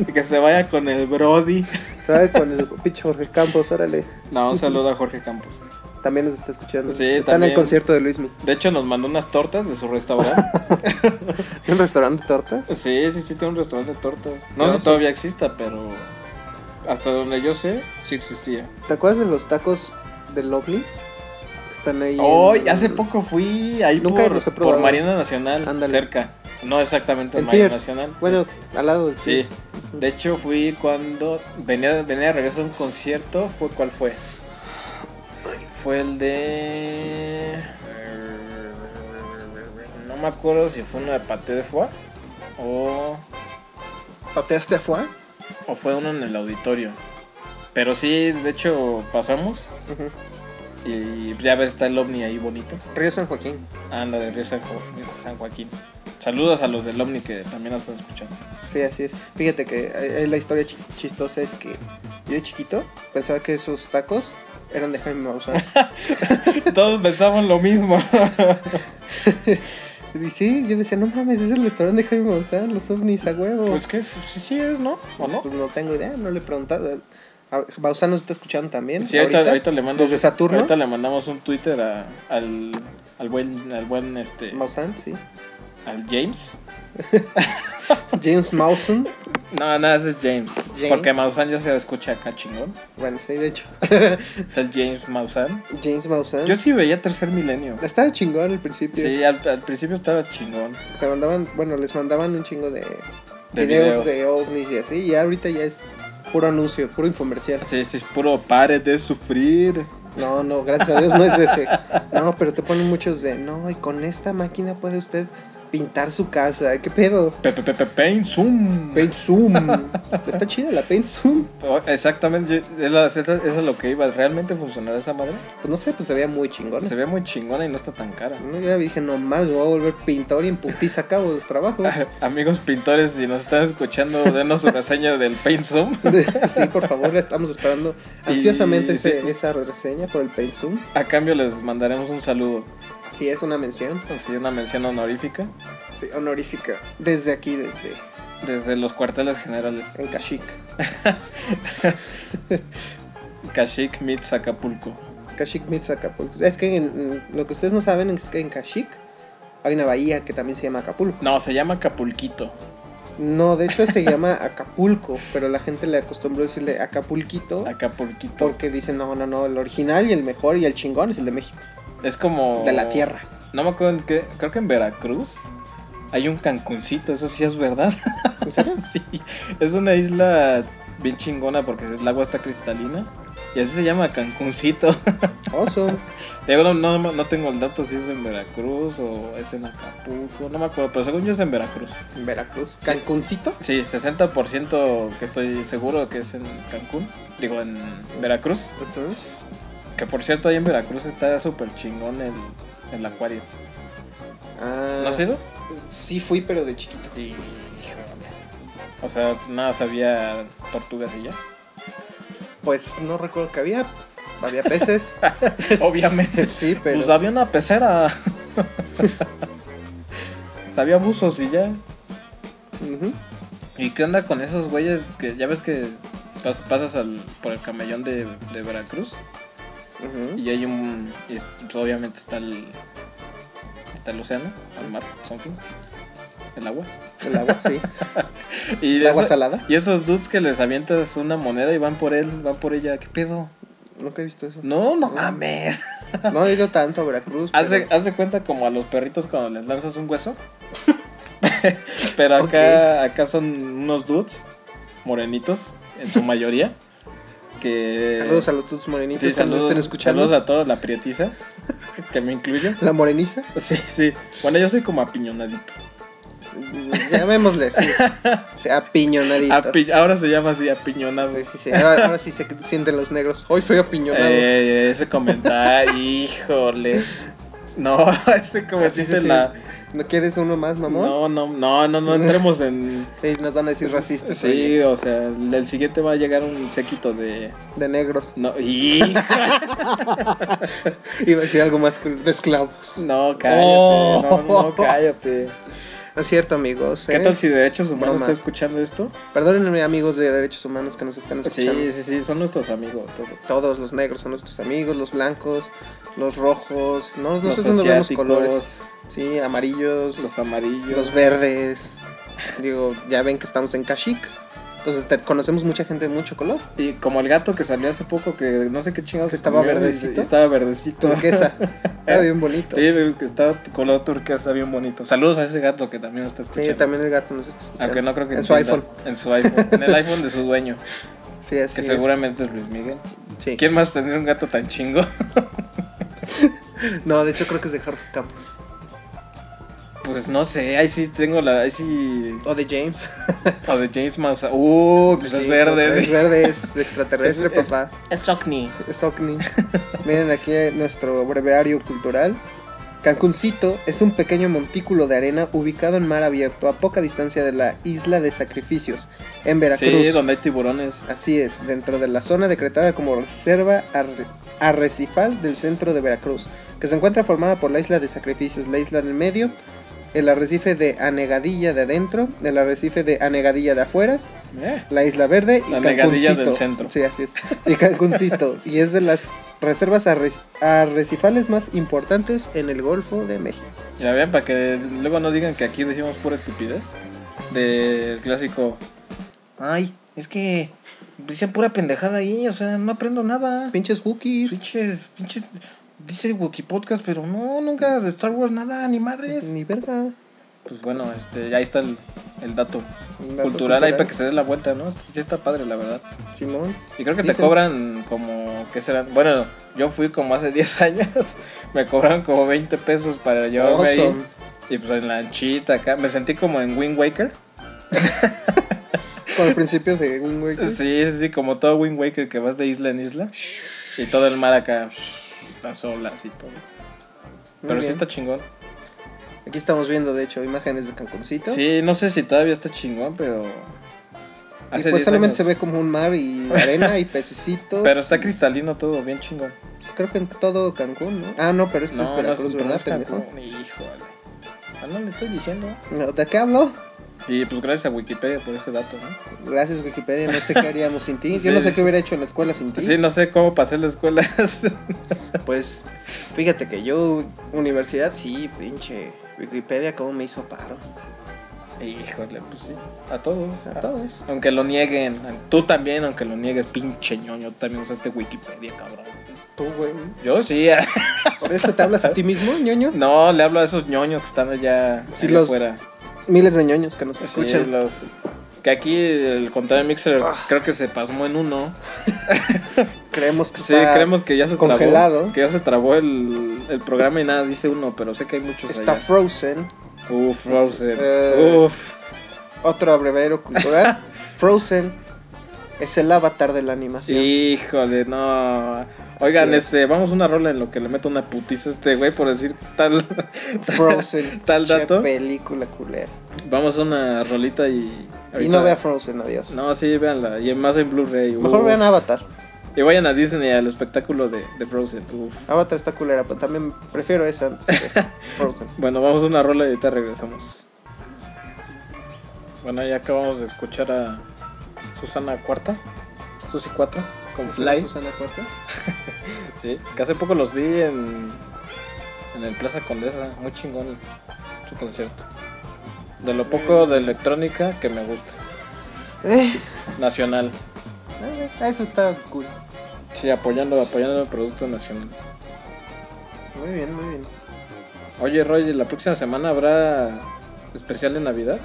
[SPEAKER 1] Y Que se vaya con el Brody.
[SPEAKER 2] Se vaya con el pinche Jorge Campos, órale.
[SPEAKER 1] No, un saludo a Jorge Campos.
[SPEAKER 2] También nos está escuchando.
[SPEAKER 1] Sí,
[SPEAKER 2] está en
[SPEAKER 1] también.
[SPEAKER 2] el concierto de Luismi.
[SPEAKER 1] De hecho, nos mandó unas tortas de su restaurante.
[SPEAKER 2] ¿En un restaurante de tortas?
[SPEAKER 1] Sí, sí, sí, tiene un restaurante de tortas. No
[SPEAKER 2] Claro,
[SPEAKER 1] sé
[SPEAKER 2] sí.
[SPEAKER 1] si todavía exista, pero hasta donde yo sé, sí existía.
[SPEAKER 2] ¿Te acuerdas de los tacos del Lovely? Que Están ahí.
[SPEAKER 1] Hoy,
[SPEAKER 2] en-
[SPEAKER 1] hace poco fui ahí
[SPEAKER 2] Nunca
[SPEAKER 1] por,
[SPEAKER 2] los he
[SPEAKER 1] por
[SPEAKER 2] probado.
[SPEAKER 1] Marina Nacional,
[SPEAKER 2] Ándale.
[SPEAKER 1] cerca. No exactamente en
[SPEAKER 2] En
[SPEAKER 1] Marina
[SPEAKER 2] Piers.
[SPEAKER 1] Nacional.
[SPEAKER 2] Bueno, al lado del
[SPEAKER 1] Sí.
[SPEAKER 2] Piers.
[SPEAKER 1] De hecho, fui cuando venía, venía de regreso a un concierto. Fue, ¿Cuál fue? Fue el de. No me acuerdo si fue uno de Paté de Foie o,
[SPEAKER 2] ¿Pateaste a Fuá?
[SPEAKER 1] o fue uno en el auditorio. Pero sí, de hecho, pasamos. Y ya ves, está el ovni ahí bonito.
[SPEAKER 2] Río San Joaquín.
[SPEAKER 1] Anda de Río San, Jo- San Joaquín. Saludos a los del ovni que también nos están escuchando.
[SPEAKER 2] Sí, así es. Fíjate que eh, eh, la historia chi- chistosa es que yo de chiquito pensaba que esos tacos eran de Jaime Maussan.
[SPEAKER 1] Todos pensamos lo mismo.
[SPEAKER 2] y sí, yo decía, no mames, es el restaurante de Jaime Maussan, los ovnis a huevo.
[SPEAKER 1] Pues que sí, sí es, ¿no? ¿O no?
[SPEAKER 2] Pues no tengo idea, no le he preguntado. A- Maussan nos está escuchando también.
[SPEAKER 1] Sí, ahorita, ahorita le mandamos,
[SPEAKER 2] Desde Saturno.
[SPEAKER 1] ahorita le mandamos un Twitter a- al, al buen, al buen este,
[SPEAKER 2] Maussan, sí.
[SPEAKER 1] al James.
[SPEAKER 2] James Maussan.
[SPEAKER 1] No, nada, ese es James.
[SPEAKER 2] James.
[SPEAKER 1] Porque Mausan ya se escucha acá chingón.
[SPEAKER 2] Bueno, sí, de hecho.
[SPEAKER 1] Es el James Mausan.
[SPEAKER 2] James Maussan.
[SPEAKER 1] Yo sí veía Tercer Milenio.
[SPEAKER 2] Estaba chingón al principio.
[SPEAKER 1] Sí, al, al principio estaba chingón.
[SPEAKER 2] Te mandaban, bueno, les mandaban un chingo de,
[SPEAKER 1] De videos.
[SPEAKER 2] videos, de ovnis y así. Y ahorita ya es puro anuncio, puro infomercial.
[SPEAKER 1] Sí, sí, es puro pare de sufrir.
[SPEAKER 2] No, no, gracias a Dios no es de ese. No, pero te ponen muchos de, no, y con esta máquina puede usted pintar su casa. ¿Qué pedo?
[SPEAKER 1] Pepe, pepe, pain, zoom.
[SPEAKER 2] Paint Zoom. Está chida la Paint Zoom.
[SPEAKER 1] Oh, Exactamente, yo- es la- es- es a lo que iba. ¿Realmente funcionará esa madre?
[SPEAKER 2] Pues no sé, pues se veía muy chingón.
[SPEAKER 1] Se ve muy chingona y no está tan cara.
[SPEAKER 2] No, yo dije, no más, me voy a volver pintor y en putiza acabo los trabajos.
[SPEAKER 1] Amigos pintores, si nos están escuchando, denos su reseña del Paint Zoom.
[SPEAKER 2] sí, por favor, la estamos esperando
[SPEAKER 1] Y-
[SPEAKER 2] ansiosamente ese-
[SPEAKER 1] sí.
[SPEAKER 2] esa reseña por el Paint Zoom.
[SPEAKER 1] A cambio les mandaremos un saludo,
[SPEAKER 2] Sí, es una mención.
[SPEAKER 1] así una mención honorífica,
[SPEAKER 2] Sí, honorífica. Desde aquí, desde
[SPEAKER 1] desde los cuarteles generales.
[SPEAKER 2] en Kashik.
[SPEAKER 1] Kashik meets Acapulco.
[SPEAKER 2] Kashik meets Acapulco. Es que en- en- lo que ustedes no saben es que en Kashik hay una bahía que también se llama Acapulco.
[SPEAKER 1] No, se llama Acapulquito.
[SPEAKER 2] No, de hecho se llama Acapulco, pero la gente le acostumbró a decirle Acapulquito
[SPEAKER 1] Acapulquito.
[SPEAKER 2] porque dicen, no, no, no, el original y el mejor y el chingón es el de México,
[SPEAKER 1] Es como...
[SPEAKER 2] de la tierra.
[SPEAKER 1] No me acuerdo en qué, creo que en Veracruz hay un Cancuncito, eso sí es verdad.
[SPEAKER 2] ¿En serio?
[SPEAKER 1] sí, es una isla bien chingona porque el agua está cristalina y así se llama Cancuncito.
[SPEAKER 2] Oso.
[SPEAKER 1] Te digo, no, no, no tengo el dato si es en Veracruz o es en Acapulco, no me acuerdo, pero según yo es en Veracruz.
[SPEAKER 2] En Veracruz.
[SPEAKER 1] Sí.
[SPEAKER 2] Cancuncito.
[SPEAKER 1] Sí, 60% que estoy seguro que es en Cancún, digo en Veracruz,
[SPEAKER 2] Ujú.
[SPEAKER 1] que por cierto ahí en Veracruz está súper chingón el, el acuario.
[SPEAKER 2] Ah,
[SPEAKER 1] ¿No has ido?
[SPEAKER 2] Sí fui, pero de chiquito.
[SPEAKER 1] Híjole. O sea, nada, sabía tortugas y ya.
[SPEAKER 2] Pues no recuerdo que había. Había peces.
[SPEAKER 1] Obviamente.
[SPEAKER 2] sí, pero...
[SPEAKER 1] Pues había una pecera. sabía buzos y ya.
[SPEAKER 2] Ujú.
[SPEAKER 1] ¿Y qué onda con esos güeyes que ya ves que pas- pasas al- por el camellón de, de Veracruz?
[SPEAKER 2] Ujú.
[SPEAKER 1] Y hay un. y es- pues, obviamente está el. Está el océano, el mar, something. El agua.
[SPEAKER 2] El agua, sí.
[SPEAKER 1] Y,
[SPEAKER 2] El agua
[SPEAKER 1] esa-
[SPEAKER 2] salada.
[SPEAKER 1] y esos dudes que les avientas una moneda y van por él, van por ella. ¿Qué pedo?
[SPEAKER 2] Nunca he visto eso.
[SPEAKER 1] No, no mames.
[SPEAKER 2] No he ido tanto a Veracruz.
[SPEAKER 1] Haz de,
[SPEAKER 2] pero-
[SPEAKER 1] haz de cuenta como a los perritos cuando les lanzas un hueso. Pero acá, acá son unos dudes morenitos, en su mayoría. Que.
[SPEAKER 2] Saludos a los tuts morenitos
[SPEAKER 1] eh, Sí,
[SPEAKER 2] que nos
[SPEAKER 1] saludos-
[SPEAKER 2] estén escuchando.
[SPEAKER 1] Saludos a todos, la prietiza, que me incluyo.
[SPEAKER 2] La moreniza.
[SPEAKER 1] Sí, sí. Bueno, yo soy como apiñonadito.
[SPEAKER 2] Sí, Llamémosle así. Sí, Apiñonadito.
[SPEAKER 1] Api- ahora se llama así, apiñonado.
[SPEAKER 2] Sí, sí, sí. Ahora, ahora sí se sienten los negros. Hoy soy apiñonado.
[SPEAKER 1] Eh, ese comentario, híjole. No, ese como
[SPEAKER 2] Así
[SPEAKER 1] si
[SPEAKER 2] se
[SPEAKER 1] se la.
[SPEAKER 2] ¿No quieres uno más, mamón?
[SPEAKER 1] No, no, no, no, no entremos en.
[SPEAKER 2] Sí, nos van a decir racistas. oye,
[SPEAKER 1] Sí, o sea, el el siguiente va a llegar un séquito de.
[SPEAKER 2] De negros.
[SPEAKER 1] No, hija,
[SPEAKER 2] Iba a decir algo más que de esclavos.
[SPEAKER 1] no, cállate.
[SPEAKER 2] Oh.
[SPEAKER 1] No, no, cállate.
[SPEAKER 2] No es cierto, amigos.
[SPEAKER 1] ¿Qué
[SPEAKER 2] ¿eh?
[SPEAKER 1] tal si Derechos Humanos
[SPEAKER 2] Broma.
[SPEAKER 1] está escuchando esto?
[SPEAKER 2] Perdónenme, amigos de derechos humanos que nos están escuchando.
[SPEAKER 1] Sí, sí, sí, son nuestros amigos todos.
[SPEAKER 2] Todos los negros son nuestros amigos, los blancos, los rojos, ¿no?
[SPEAKER 1] Los
[SPEAKER 2] Nosotros no vemos colores.
[SPEAKER 1] asiáticos,
[SPEAKER 2] Sí, amarillos, los,
[SPEAKER 1] los amarillos.
[SPEAKER 2] verdes. Digo, ya ven que estamos en Kashik. Entonces te- conocemos mucha gente de mucho color.
[SPEAKER 1] Y como el gato que salió hace poco, que no sé qué chingados
[SPEAKER 2] Que
[SPEAKER 1] se
[SPEAKER 2] estaba
[SPEAKER 1] comió,
[SPEAKER 2] verdecito.
[SPEAKER 1] Estaba verdecito.
[SPEAKER 2] Turquesa. Está bien bonito.
[SPEAKER 1] Sí, es que está color turquesa bien bonito. Saludos a ese gato que también nos está
[SPEAKER 2] Sí,
[SPEAKER 1] escuchando.
[SPEAKER 2] también el gato nos está escuchando.
[SPEAKER 1] Aunque no creo que
[SPEAKER 2] En su
[SPEAKER 1] entienda.
[SPEAKER 2] iPhone.
[SPEAKER 1] En su iPhone. En el iPhone de su dueño.
[SPEAKER 2] Sí, así
[SPEAKER 1] que
[SPEAKER 2] es.
[SPEAKER 1] seguramente es Luis Miguel.
[SPEAKER 2] Sí.
[SPEAKER 1] ¿Quién más tendría un gato tan chingo?
[SPEAKER 2] No, de hecho creo que es de Harry Campos.
[SPEAKER 1] Pues no sé, ahí sí tengo la. Ahí sí.
[SPEAKER 2] O de James.
[SPEAKER 1] O de James Mouse. Uh, pues es
[SPEAKER 2] James,
[SPEAKER 1] verde.
[SPEAKER 2] no sé, Es
[SPEAKER 1] sí.
[SPEAKER 2] verde, es de extraterrestre,
[SPEAKER 1] Es- es-
[SPEAKER 2] papá.
[SPEAKER 1] Es Sockney.
[SPEAKER 2] Es ovni. Miren aquí nuestro breviario cultural. Cancuncito es un pequeño montículo de arena ubicado en mar abierto a poca distancia de la isla de sacrificios, en Veracruz.
[SPEAKER 1] Sí, donde hay tiburones.
[SPEAKER 2] Así es, dentro de la zona decretada como Reserva Arre- Arrecifal del centro de Veracruz, que se encuentra formada por la isla de Sacrificios, la isla del medio, el arrecife de Anegadilla de adentro, el arrecife de Anegadilla de afuera,
[SPEAKER 1] Eh,
[SPEAKER 2] la Isla Verde y
[SPEAKER 1] La negadilla
[SPEAKER 2] Cancuncito.
[SPEAKER 1] del centro.
[SPEAKER 2] Sí, así es. Y Cancuncito. y es de las reservas arre- arrecifales más importantes en el Golfo de México.
[SPEAKER 1] Y la vean para que luego no digan que aquí decimos pura estupidez. Del clásico. Ay, es que. Dicen pura pendejada ahí, o sea, no aprendo nada.
[SPEAKER 2] Pinches Wookiees.
[SPEAKER 1] Pinches, pinches. Dice Wookiee Podcast, pero no, nunca de Star Wars nada, ni madres.
[SPEAKER 2] Ni verga.
[SPEAKER 1] Pues bueno, este, ahí está el, el dato,
[SPEAKER 2] Un
[SPEAKER 1] cultural,
[SPEAKER 2] dato
[SPEAKER 1] ahí para que se dé la vuelta, ¿no? Sí está padre, la verdad.
[SPEAKER 2] Simón.
[SPEAKER 1] Y creo que te
[SPEAKER 2] Dicen-
[SPEAKER 1] cobran como, ¿qué serán? Bueno, yo fui como hace 10 años, me cobraron como 20 pesos para llevarme
[SPEAKER 2] Awesome.
[SPEAKER 1] ahí. Y pues en lanchita acá, me sentí como en Wind Waker.
[SPEAKER 2] Con el principio de un güey.
[SPEAKER 1] Sí, sí, sí, como todo Wind Waker que vas de isla en isla. Y todo el mar acá, las olas y todo.
[SPEAKER 2] Muy
[SPEAKER 1] Pero sí
[SPEAKER 2] bien.
[SPEAKER 1] está chingón.
[SPEAKER 2] Aquí estamos viendo, de hecho, imágenes de Cancuncito.
[SPEAKER 1] Sí, no sé si todavía está chingón, pero.
[SPEAKER 2] Y
[SPEAKER 1] hace
[SPEAKER 2] pues
[SPEAKER 1] 10
[SPEAKER 2] solamente
[SPEAKER 1] años.
[SPEAKER 2] se ve como un mar y arena y pececitos.
[SPEAKER 1] Pero está
[SPEAKER 2] y-
[SPEAKER 1] cristalino todo, bien chingón.
[SPEAKER 2] pues creo que en todo Cancún, ¿no? Ah, no, pero esto es
[SPEAKER 1] No, no es
[SPEAKER 2] Veracruz,
[SPEAKER 1] pero no
[SPEAKER 2] ¿verdad,
[SPEAKER 1] es
[SPEAKER 2] pendejo?
[SPEAKER 1] Cancún, Híjole. Ah, no le estoy diciendo.
[SPEAKER 2] No, ¿De qué hablo?
[SPEAKER 1] Y pues gracias a Wikipedia por ese dato, ¿no?
[SPEAKER 2] Gracias Wikipedia, no sé qué haríamos sin ti. Yo no
[SPEAKER 1] Sí,
[SPEAKER 2] sé
[SPEAKER 1] sí.
[SPEAKER 2] qué hubiera hecho en la escuela sin ti.
[SPEAKER 1] Sí, no sé cómo pasé la escuela.
[SPEAKER 2] Pues fíjate que yo, universidad, sí, pinche. Wikipedia, ¿cómo me hizo paro?
[SPEAKER 1] Híjole, pues sí. A todos.
[SPEAKER 2] A todos.
[SPEAKER 1] Aunque lo nieguen. Tú también, aunque lo niegues, pinche ñoño. tú También usaste Wikipedia, cabrón.
[SPEAKER 2] Tú, güey.
[SPEAKER 1] Yo sí.
[SPEAKER 2] ¿Por eso te hablas a ti mismo, ñoño?
[SPEAKER 1] No, le hablo a esos ñoños que están allá,
[SPEAKER 2] Sí,
[SPEAKER 1] allá
[SPEAKER 2] los-
[SPEAKER 1] afuera.
[SPEAKER 2] Miles de ñoños que nos
[SPEAKER 1] Sí,
[SPEAKER 2] escuchan. Ah.
[SPEAKER 1] los. Que aquí el contador de Mixer creo que se pasmó en uno.
[SPEAKER 2] Creemos que
[SPEAKER 1] Sí,
[SPEAKER 2] está,
[SPEAKER 1] creemos que ya se
[SPEAKER 2] congelado.
[SPEAKER 1] trabó. Que ya se trabó el, el programa y nada, dice uno, pero sé que hay muchos
[SPEAKER 2] está
[SPEAKER 1] allá.
[SPEAKER 2] Frozen.
[SPEAKER 1] Uf, Frozen.
[SPEAKER 2] Eh.
[SPEAKER 1] Uf.
[SPEAKER 2] Otro abreviario cultural. Frozen es el avatar de la animación.
[SPEAKER 1] Híjole, no. Oigan,
[SPEAKER 2] Así es.
[SPEAKER 1] este, vamos a una rola en lo que le meto una putiza a este güey por decir tal.
[SPEAKER 2] Frozen.
[SPEAKER 1] Tal
[SPEAKER 2] che
[SPEAKER 1] dato.
[SPEAKER 2] película culera.
[SPEAKER 1] vamos a una rolita y.
[SPEAKER 2] Y
[SPEAKER 1] ahorita-
[SPEAKER 2] no vea Frozen, adiós.
[SPEAKER 1] No, sí, véanla. Y más en Blu-ray.
[SPEAKER 2] Mejor
[SPEAKER 1] uf.
[SPEAKER 2] vean Avatar.
[SPEAKER 1] Y vayan a Disney al espectáculo de, de Frozen. Uf.
[SPEAKER 2] Avatar está culera, pero también prefiero esa antes que Frozen.
[SPEAKER 1] Bueno, vamos a una rola y ahorita regresamos. Bueno, ya acabamos de escuchar a Susana Cuarta, Susi Cuarta, con Fly.
[SPEAKER 2] Susana Cuarta?
[SPEAKER 1] Sí, que hace poco los vi en, en el Plaza Condesa, muy chingón su concierto. De lo poco de electrónica que me gusta,
[SPEAKER 2] Eh,
[SPEAKER 1] nacional.
[SPEAKER 2] eh, eso está cool.
[SPEAKER 1] Sí, apoyando, apoyando el producto nacional.
[SPEAKER 2] Muy bien, muy bien.
[SPEAKER 1] Oye, Roy, ¿la próxima semana habrá especial de Navidad?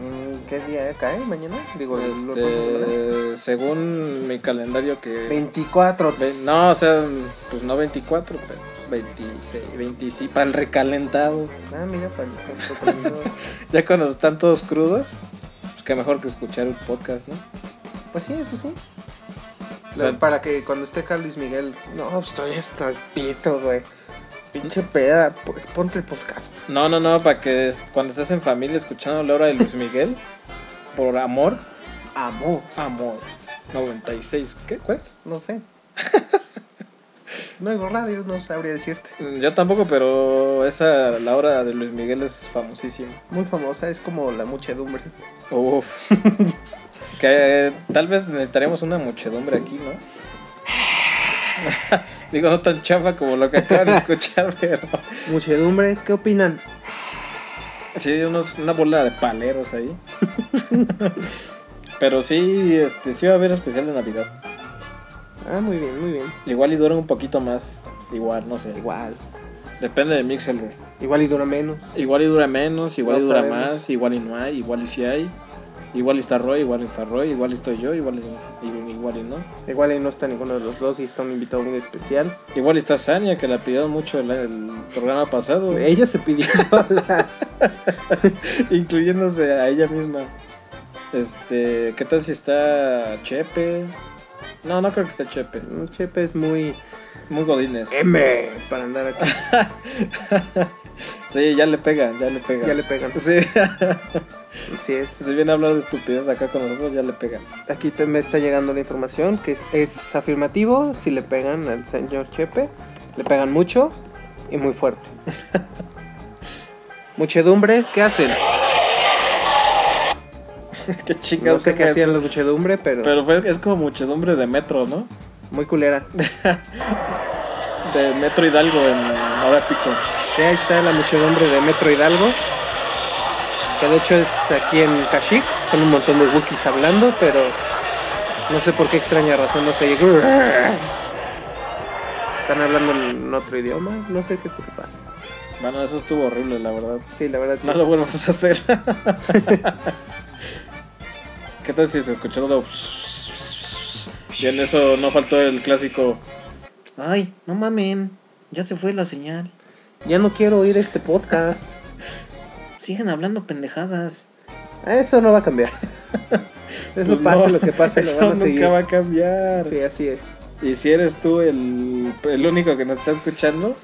[SPEAKER 2] Mm, ¿Qué día cae? ¿Mañana? Digo, el- la próxima semana.
[SPEAKER 1] Este, según mi calendario que...
[SPEAKER 2] 24.
[SPEAKER 1] ve- no, o sea, pues no 24, pero 26, 25, para el recalentado.
[SPEAKER 2] Ah, mira, para el- para el- para el-
[SPEAKER 1] Ya cuando están todos crudos, pues que mejor que escuchar un podcast, ¿no?
[SPEAKER 2] Pues sí, eso sí.
[SPEAKER 1] O sea-
[SPEAKER 2] La- para que cuando esté acá Luis Miguel, no, pues, estoy hasta el pito, güey. Pinche
[SPEAKER 1] Mm.
[SPEAKER 2] peda, p- ponte el podcast.
[SPEAKER 1] No, no, no, para que es- cuando estés en familia escuchando la hora de Luis Miguel, por amor,
[SPEAKER 2] Amor,
[SPEAKER 1] amor. 96, ¿qué? ¿Cuál es?
[SPEAKER 2] no sé. no hago radio, no sabría decirte.
[SPEAKER 1] Mm, Yo tampoco, pero esa, la hora de Luis Miguel es famosísima.
[SPEAKER 2] Muy famosa, es como la muchedumbre.
[SPEAKER 1] Uf. que tal vez necesitaríamos una muchedumbre aquí, ¿no? Digo, no tan chafa como lo que acaban de escuchar, pero
[SPEAKER 2] Muchedumbre, ¿qué opinan?
[SPEAKER 1] sí, unos, una bola de paleros ahí. pero sí, este, sí va a haber especial de Navidad.
[SPEAKER 2] Ah, muy bien, muy bien.
[SPEAKER 1] Igual y dura un poquito más. Igual, no sé.
[SPEAKER 2] Igual.
[SPEAKER 1] Depende de Mixelor.
[SPEAKER 2] Igual y dura menos.
[SPEAKER 1] Igual y dura menos, igual
[SPEAKER 2] No
[SPEAKER 1] y dura
[SPEAKER 2] sabemos.
[SPEAKER 1] más, igual y no hay, igual y si hay. Igual y está Roy, igual y está Roy, igual y estoy yo, igual y, y- igual y no.
[SPEAKER 2] Igual y no está ninguno de los dos y está un invitado muy especial.
[SPEAKER 1] Igual y está Sania, que la pidió mucho el, el programa pasado, eh,
[SPEAKER 2] Ella se pidió sola.
[SPEAKER 1] incluyéndose a ella misma. Este, ¿qué tal si está Chepe? No, no creo que esté Chepe.
[SPEAKER 2] Chepe es muy
[SPEAKER 1] Muy godines.
[SPEAKER 2] M para andar aquí.
[SPEAKER 1] Sí, ya le pega, ya le pega.
[SPEAKER 2] Ya le pegan.
[SPEAKER 1] Sí,
[SPEAKER 2] Así es.
[SPEAKER 1] si viene a hablar de estupidez acá con nosotros, ya le pega.
[SPEAKER 2] Aquí te- me está llegando la información que es, es afirmativo. Si le pegan al señor Chepe, le pegan mucho y muy fuerte. Muchedumbre, ¿qué hacen?
[SPEAKER 1] Qué chingados
[SPEAKER 2] No sé
[SPEAKER 1] que
[SPEAKER 2] qué
[SPEAKER 1] me
[SPEAKER 2] hacían la muchedumbre, pero,
[SPEAKER 1] Pero fue- es como muchedumbre de metro, ¿no?
[SPEAKER 2] muy culera.
[SPEAKER 1] De metro Hidalgo en hora pico.
[SPEAKER 2] Sí, ahí está la muchedumbre de Metro Hidalgo. Que de hecho es aquí en Kashik. Son un montón de wookies hablando, pero no sé por qué extraña razón no se oye. Están hablando en otro idioma. No sé qué es lo que pasa.
[SPEAKER 1] Bueno, eso estuvo horrible, la verdad.
[SPEAKER 2] Sí, la verdad. sí.
[SPEAKER 1] No lo vuelvas a hacer. ¿Qué tal si se escuchó todo? Y en eso no faltó el clásico. Ay, no mamen. Ya se fue la señal.
[SPEAKER 2] Ya no quiero oír este podcast.
[SPEAKER 1] Siguen hablando pendejadas.
[SPEAKER 2] Eso no va a cambiar. Eso
[SPEAKER 1] Pues
[SPEAKER 2] pasa
[SPEAKER 1] no,
[SPEAKER 2] lo que pasa,
[SPEAKER 1] Eso
[SPEAKER 2] lo van a
[SPEAKER 1] nunca
[SPEAKER 2] seguir.
[SPEAKER 1] va a cambiar.
[SPEAKER 2] Sí, así es.
[SPEAKER 1] Y si eres tú el, el único que nos está escuchando,